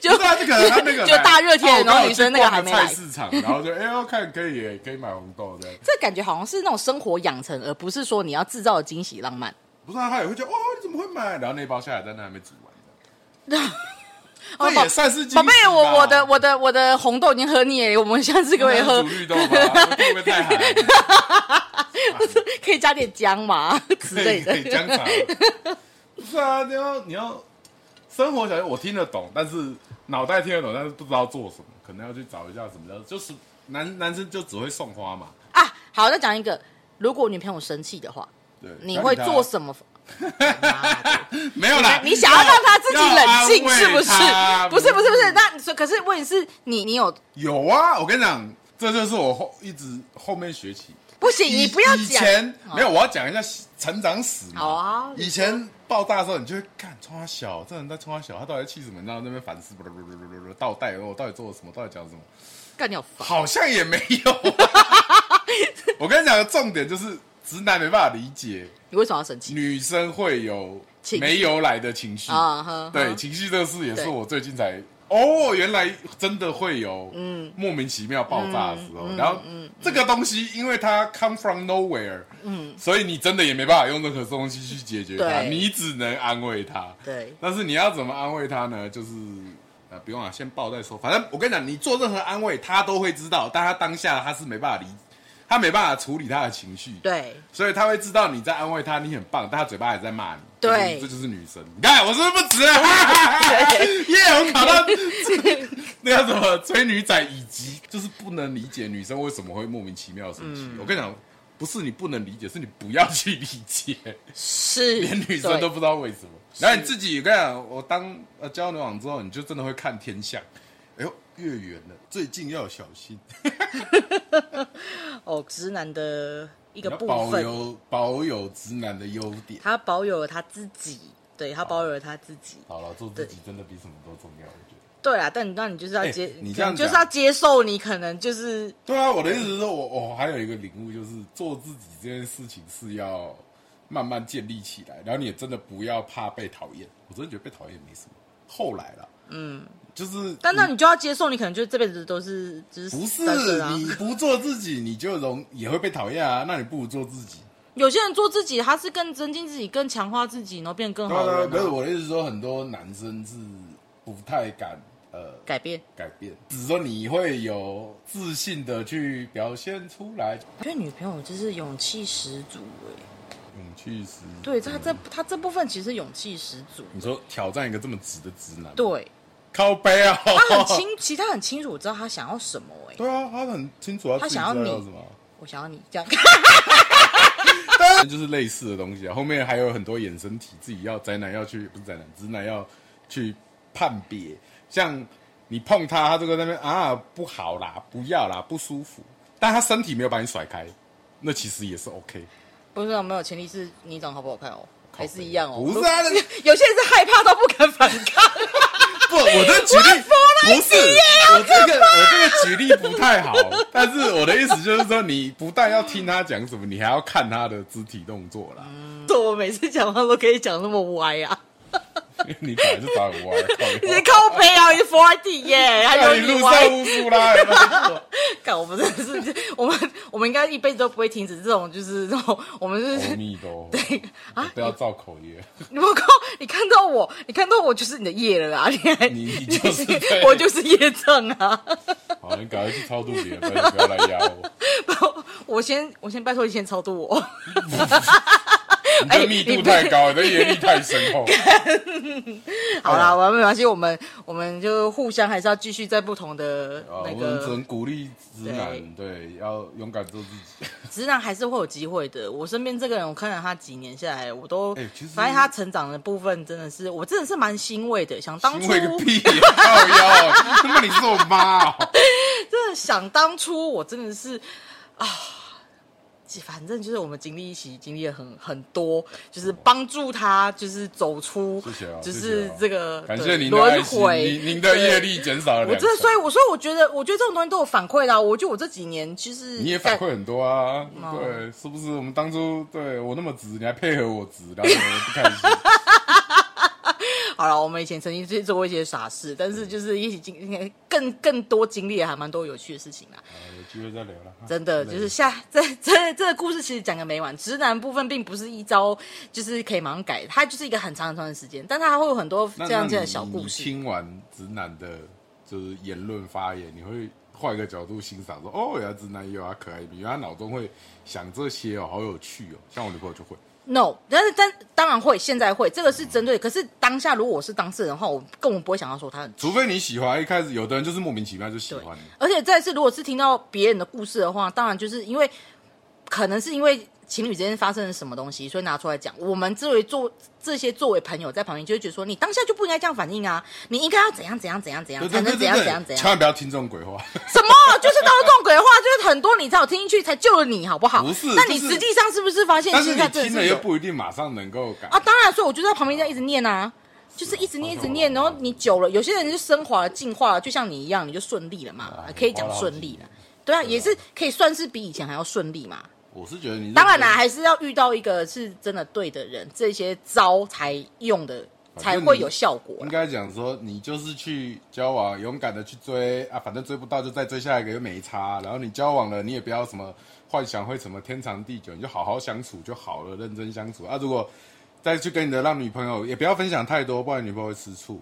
[SPEAKER 1] 就
[SPEAKER 2] 不是 <laughs> 啊，这可能他那个
[SPEAKER 1] 就大热天
[SPEAKER 2] 哦
[SPEAKER 1] 然后女生那个还没来
[SPEAKER 2] 我刚好去逛菜市场，然后就哎呦看可以耶可以买红豆的。
[SPEAKER 1] 这感觉好像是那种生活养成，而不是说你要制造的惊喜浪漫。
[SPEAKER 2] 不是啊，他也会觉得哦你怎么会买？然后那一包下来，但那还没煮完的，
[SPEAKER 1] <laughs> 哦
[SPEAKER 2] 这也算是惊喜
[SPEAKER 1] 宝
[SPEAKER 2] 吧
[SPEAKER 1] 贝，我我的我的我的红豆已经喝腻了，我们下次可不可以
[SPEAKER 2] 那 <laughs>
[SPEAKER 1] 喝
[SPEAKER 2] 煮？绿豆吧，会不会
[SPEAKER 1] <laughs>
[SPEAKER 2] 太寒？
[SPEAKER 1] 可以加点姜
[SPEAKER 2] <laughs>
[SPEAKER 1] 嘛之
[SPEAKER 2] 可以
[SPEAKER 1] 类
[SPEAKER 2] 可以
[SPEAKER 1] 的。
[SPEAKER 2] 姜茶。不是啊，你要你要生活小我听得懂，但是脑袋听得懂，但是不知道做什么，可能要去找一下什么叫就是男男生就只会送花嘛。
[SPEAKER 1] 啊，好，再讲一个，如果女朋友生气的话，
[SPEAKER 2] 对，
[SPEAKER 1] 你会做
[SPEAKER 2] 么？
[SPEAKER 1] 什么？
[SPEAKER 2] 啊没有 <laughs> 啦，
[SPEAKER 1] 你你想要让她自己冷静，
[SPEAKER 2] 要安慰
[SPEAKER 1] 是不是
[SPEAKER 2] 她？
[SPEAKER 1] 不是不是不是，那你说，可是问题是你你有
[SPEAKER 2] 有啊，我跟你讲，这就是我后一直后面学起。
[SPEAKER 1] 不行，你不要
[SPEAKER 2] 以
[SPEAKER 1] 讲。哦
[SPEAKER 2] 前没有，我要讲一下成长史嘛。
[SPEAKER 1] 好啊
[SPEAKER 2] 以前爆炸的时候，你就会看冲他小，这人在冲他小，他到底在气什么？然后那边反思，倒带，我到底做了什么？到底
[SPEAKER 1] <laughs>
[SPEAKER 2] 讲了什么？
[SPEAKER 1] 干你好烦。
[SPEAKER 2] 好像也没
[SPEAKER 1] <laughs>
[SPEAKER 2] 有、我跟你讲，重点就是直男没办法理解
[SPEAKER 1] 你为什么要生气？
[SPEAKER 2] 女生会有
[SPEAKER 1] 情绪
[SPEAKER 2] 没由来的情绪
[SPEAKER 1] 啊呵呵
[SPEAKER 2] 对，情绪这个事也
[SPEAKER 1] 对
[SPEAKER 2] 是我最近才哦，原来真的会有
[SPEAKER 1] 嗯
[SPEAKER 2] 莫名其妙爆炸的时候。
[SPEAKER 1] 嗯嗯
[SPEAKER 2] 然后
[SPEAKER 1] 嗯
[SPEAKER 2] 这个东西，因为它 come from nowhere，
[SPEAKER 1] 嗯，
[SPEAKER 2] 所以你真的也没办法用任何东西去解决它，
[SPEAKER 1] 对
[SPEAKER 2] 你只能安慰他。
[SPEAKER 1] 对，
[SPEAKER 2] 但是你要怎么安慰他呢？就是呃，不用啊，先抱再说。反正我跟你讲，你做任何安慰，他都会知道，但他当下他是没办法理，他没办法处理他的情绪。
[SPEAKER 1] 对，
[SPEAKER 2] 所以他会知道你在安慰他，你很棒，但他嘴巴还在骂你。
[SPEAKER 1] 对
[SPEAKER 2] 这就是这就是女生。你看我是不是不值啊？
[SPEAKER 1] <laughs>
[SPEAKER 2] <laughs> 耶，我考到 <laughs> 那叫什么追女仔，以及就是不能理解女生为什么会莫名其妙地生气。
[SPEAKER 1] 嗯
[SPEAKER 2] 我跟你讲，不是你不能理解，是你不要去理
[SPEAKER 1] <laughs>
[SPEAKER 2] 解，
[SPEAKER 1] 是
[SPEAKER 2] 连女生都不知道为什么。然后你自己，我跟你讲，我当呃交流网之后，你就真的会看天象。哎呦，月圆了，最近要小心，
[SPEAKER 1] 哦，直男的一个
[SPEAKER 2] 要
[SPEAKER 1] 部
[SPEAKER 2] 保
[SPEAKER 1] 分，
[SPEAKER 2] 有保有直男的优点。
[SPEAKER 1] 他保有了他自己，对他保有了他自己。
[SPEAKER 2] 好了，做自己真的比什么都重要，我觉得。
[SPEAKER 1] 对啦，但你那你就是要
[SPEAKER 2] 哎
[SPEAKER 1] 接，
[SPEAKER 2] 你这样
[SPEAKER 1] 可能就是
[SPEAKER 2] 讲
[SPEAKER 1] 要接受你可能就是
[SPEAKER 2] 对啊，我的意思是说，我我还有一个领悟，就是做自己这件事情是要慢慢建立起来，然后你也真的不要怕被讨厌。我真的觉得被讨厌没什么。后来啦，嗯，就是，
[SPEAKER 1] 但那你就要接受，你可能就这辈子都是就是
[SPEAKER 2] 不是
[SPEAKER 1] 单身啊。
[SPEAKER 2] 你不做自己，你就容也会被讨厌啊。那你不如做自己。
[SPEAKER 1] 有些人做自己，他是更增进自己、更强化自己，然后变更
[SPEAKER 2] 对
[SPEAKER 1] 好的
[SPEAKER 2] 啊，
[SPEAKER 1] 人
[SPEAKER 2] 可是
[SPEAKER 1] 啊、
[SPEAKER 2] 我的意思是说，很多男生是不太敢呃
[SPEAKER 1] 改变。
[SPEAKER 2] 改变，只是说你会有自信的去表现出来，
[SPEAKER 1] 我觉得女朋友就是勇气十足哎、
[SPEAKER 2] 勇气十足。
[SPEAKER 1] 对他这他这部分其实勇气十足，
[SPEAKER 2] 你说挑战一个这么直的直男，， <laughs>
[SPEAKER 1] 对
[SPEAKER 2] 靠背啊、
[SPEAKER 1] 他很清，其实他很清楚知道他想要什么哎、
[SPEAKER 2] <laughs> 对啊，他很清楚
[SPEAKER 1] 他
[SPEAKER 2] 自己
[SPEAKER 1] 想要
[SPEAKER 2] 知道
[SPEAKER 1] 你
[SPEAKER 2] 什么，啊
[SPEAKER 1] 我想要你
[SPEAKER 2] <laughs>
[SPEAKER 1] 这样，
[SPEAKER 2] 就是类似的东西啊。后面还有很多衍生体，自己要宅男要去，不是宅男，直男要去判别。像你碰他，他这个在那边啊不好啦，不要啦，不舒服，但他身体没有把你甩开，那其实也是 OK。
[SPEAKER 1] 不是啊没有前提是你长得好不好看哦，还是一样哦。
[SPEAKER 2] 不是啊，那
[SPEAKER 1] <laughs> 有些人是害怕到不敢反
[SPEAKER 2] <laughs>
[SPEAKER 1] 抗，
[SPEAKER 2] 不，我的举例不是，我这个我这个举例不太好，但是我的意思就是说，你不但要听他讲什么，你还要看他的肢体动作啦。 <laughs> 哦
[SPEAKER 1] 我每次讲话都可以讲那么歪啊。
[SPEAKER 2] 你本来是打我玩，靠
[SPEAKER 1] 你靠背啊，你 forty
[SPEAKER 2] <laughs>
[SPEAKER 1] 耶，还有
[SPEAKER 2] 你哎路
[SPEAKER 1] 歪
[SPEAKER 2] 上乌苏拉，有没有错
[SPEAKER 1] 干，我们真的是，我们我们应该一辈子都不会停止这种，就是这种，我们 <laughs> 就是
[SPEAKER 2] 阿弥陀佛，
[SPEAKER 1] 啊，
[SPEAKER 2] 哦不要造口业，
[SPEAKER 1] 你不靠，你看到我，你看到我就是你的业了啊！你还
[SPEAKER 2] 你你就是对
[SPEAKER 1] 我就是业障啊！
[SPEAKER 2] 好，你赶快去超度别人，不要不要来压
[SPEAKER 1] <laughs>
[SPEAKER 2] 我，
[SPEAKER 1] 我先我先拜托你先超度我，
[SPEAKER 2] 你的密
[SPEAKER 1] 哎
[SPEAKER 2] 度太高，你的业力太
[SPEAKER 1] <laughs>
[SPEAKER 2] 深厚，
[SPEAKER 1] 好啦，我们没关系，我们我们就互相还是要继续在不同的
[SPEAKER 2] 啊，
[SPEAKER 1] 那
[SPEAKER 2] 我们只
[SPEAKER 1] 个
[SPEAKER 2] 能鼓励直男，对，要勇敢做自己。
[SPEAKER 1] 直男还是会有机会的。我身边这个人，我看了他几年下来，我都
[SPEAKER 2] 哎其实
[SPEAKER 1] 发现他成长的部分真的是，我真的是蛮欣慰的。想当初
[SPEAKER 2] 因为个屁，啊靠腰，他妈你是我妈哦！
[SPEAKER 1] 真的想当初，我真的是啊，反正就是我们经历一起经历了很很多，就是帮助他，就是走出，
[SPEAKER 2] 谢谢哦
[SPEAKER 1] 就
[SPEAKER 2] 谢谢
[SPEAKER 1] 是
[SPEAKER 2] 哦
[SPEAKER 1] 这个
[SPEAKER 2] 感
[SPEAKER 1] 呃对
[SPEAKER 2] 谢您的爱
[SPEAKER 1] 轮
[SPEAKER 2] 心，
[SPEAKER 1] 回，
[SPEAKER 2] 您您的业
[SPEAKER 1] 对。
[SPEAKER 2] 力减少了
[SPEAKER 1] 我
[SPEAKER 2] 两
[SPEAKER 1] 这，所
[SPEAKER 2] 成。
[SPEAKER 1] 以我所以我觉得，我觉得这种东西都有反馈的啊、我觉得我这几年其实
[SPEAKER 2] 你也
[SPEAKER 1] 在
[SPEAKER 2] 反馈很多啊，
[SPEAKER 1] 哦
[SPEAKER 2] 对，是不是？我们当初对我那么直，你还配合我直，然后我不开心，
[SPEAKER 1] <laughs> 好了，我们以前曾经去做过一些傻事，但是就是一起经应该更更多经历了还蛮多有趣的事情啦。
[SPEAKER 2] 好啊有机会再聊了。
[SPEAKER 1] 真的
[SPEAKER 2] 啊累
[SPEAKER 1] 就是下这这这个故事其实讲个没完，直男部分并不是一招就是可以马上改，它就是一个很长很长的时间，但它会有很多
[SPEAKER 2] 那
[SPEAKER 1] 这样这
[SPEAKER 2] 那
[SPEAKER 1] 样的
[SPEAKER 2] 你
[SPEAKER 1] 小故
[SPEAKER 2] 你
[SPEAKER 1] 事。
[SPEAKER 2] 听完直男的，就是言论发言，你会换一个角度欣赏，说哦，原来直男也有他可爱的一面，原来他脑中会想这些哦，好有趣哦。像我女朋友就会，
[SPEAKER 1] No，但是但当然会，现在会，这个是针对。可是当下如果我是当事人的话，我根本不会想要说他很
[SPEAKER 2] 除非你喜欢，一开始有的人就是莫名其妙就喜
[SPEAKER 1] 对
[SPEAKER 2] 欢你。
[SPEAKER 1] 而且再次，如果是听到别人的故事的话，当然就是因为可能是因为情侣之间发生了什么东西，所以拿出来讲。我们作为做这些作为朋友在旁边，就会觉得说，你当下就不应该这样反应啊，你应该要怎样怎样怎样怎样，才能怎样怎样怎
[SPEAKER 2] 千
[SPEAKER 1] 样。
[SPEAKER 2] 万不要听这种鬼话。
[SPEAKER 1] 什么？就是到了这种鬼话，就是很多你才有听进去，才救了你，好不好？
[SPEAKER 2] 不是
[SPEAKER 1] 那你
[SPEAKER 2] 就是
[SPEAKER 1] 实际上是不是发 <laughs> 现
[SPEAKER 2] 但
[SPEAKER 1] 其
[SPEAKER 2] 是
[SPEAKER 1] 实
[SPEAKER 2] 你
[SPEAKER 1] 他真的
[SPEAKER 2] 听
[SPEAKER 1] 是
[SPEAKER 2] 了又
[SPEAKER 1] 有
[SPEAKER 2] 不一定马上能够改。
[SPEAKER 1] 啊，当然，所以我就在旁边这样一直念啊，就是一直念一直念，然后你久了，有些人就升华了、进化了，就像你一样，你就顺利了嘛
[SPEAKER 2] 啊，
[SPEAKER 1] 可以讲顺利了。对啊，也是可以算是比以前还要顺利嘛。
[SPEAKER 2] 我是觉得你
[SPEAKER 1] 当然啊啦，，还是要遇到一个是真的对的人，这些招才用的
[SPEAKER 2] 反
[SPEAKER 1] 才
[SPEAKER 2] 正
[SPEAKER 1] 会有效果啊
[SPEAKER 2] 应
[SPEAKER 1] 啦。
[SPEAKER 2] 该讲说你就是去交往，勇敢的去追啊，反正追不到就再追下一个又没差。然后你交往了，你也不要什么幻想会什么天长地久，你就好好相处就好了，认真相处啊。如果再去跟你的让女朋友，也不要分享太多，不然女朋友会吃醋。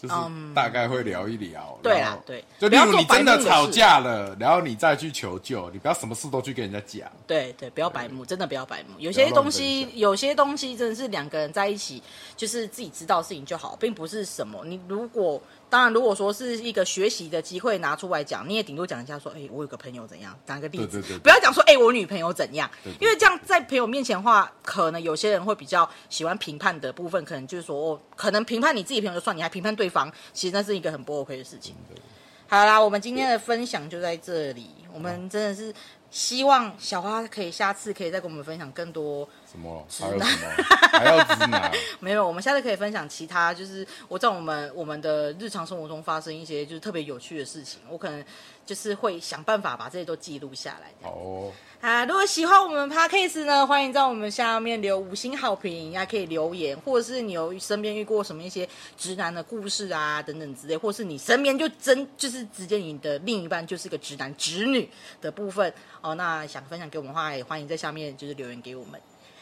[SPEAKER 2] 就是大概会聊一聊，
[SPEAKER 1] 嗯对
[SPEAKER 2] 然
[SPEAKER 1] 啦
[SPEAKER 2] 后，
[SPEAKER 1] 对，
[SPEAKER 2] 就
[SPEAKER 1] 不
[SPEAKER 2] 例
[SPEAKER 1] 要
[SPEAKER 2] 如
[SPEAKER 1] 做
[SPEAKER 2] 你真
[SPEAKER 1] 白
[SPEAKER 2] 的
[SPEAKER 1] 目
[SPEAKER 2] 吵
[SPEAKER 1] 事，
[SPEAKER 2] 架了，然后你再去求救，你不要什么事都去跟人家讲。
[SPEAKER 1] 对对，不要白目，真的不要白目。有
[SPEAKER 2] 不要
[SPEAKER 1] 些
[SPEAKER 2] 乱
[SPEAKER 1] 东
[SPEAKER 2] 分
[SPEAKER 1] 西
[SPEAKER 2] 享，
[SPEAKER 1] 有些东西真的是两个人在一起，就是自己知道的事情就好，并不是什么。你如果当然，如果说是一个学习的机会拿出来讲，你也顶多讲一下说，哎、我有个朋友怎样，拿个例子，
[SPEAKER 2] 对对对对
[SPEAKER 1] 不要讲说，哎、我女朋友怎样，
[SPEAKER 2] 对对
[SPEAKER 1] 因为这样在朋友面前的话，可能有些人会比较喜欢评判的部分，可能就是说，哦，可能评判你自己朋友就算，你还评判对方，其实那是一个很不 OK 的事情。
[SPEAKER 2] 嗯
[SPEAKER 1] 好啦，我们今天的分享就在这里。我们真的是希望小花可以下次可以再跟我们分享更多。
[SPEAKER 2] 什么？还有什么？还要直男？
[SPEAKER 1] <laughs> 没有，我们下次可以分享其他，就是我在我们我们的日常生活中发生一些就是特别有趣的事情，我可能就是会想办法把这些都记录下来。
[SPEAKER 2] 好哦，
[SPEAKER 1] 啊，如果喜欢我们 podcast 呢，欢迎在我们下面留五星好评，也可以留言，或者是你有身边遇过什么一些直男的故事啊等等之类，或是你身边就真就是直接你的另一半就是个直男直女的部分哦，那想分享给我们的话，也欢迎在下面就是留言给我们。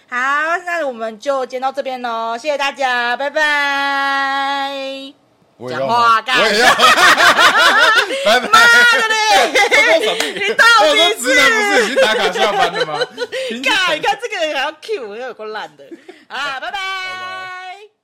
[SPEAKER 1] 好，那我们就今天到这边喽，谢谢大家，拜拜。
[SPEAKER 2] 我也
[SPEAKER 1] 讲
[SPEAKER 2] 要
[SPEAKER 1] 话
[SPEAKER 2] 吗，
[SPEAKER 1] 干
[SPEAKER 2] 我也
[SPEAKER 1] <laughs>
[SPEAKER 2] 要。拜拜。
[SPEAKER 1] 啊 <laughs> 你到
[SPEAKER 2] 我
[SPEAKER 1] 底
[SPEAKER 2] 说直男不是已经打卡下班
[SPEAKER 1] <laughs>
[SPEAKER 2] 了吗？ <laughs>
[SPEAKER 1] 干？你看这个人还要 Q，有够烂的啊！拜拜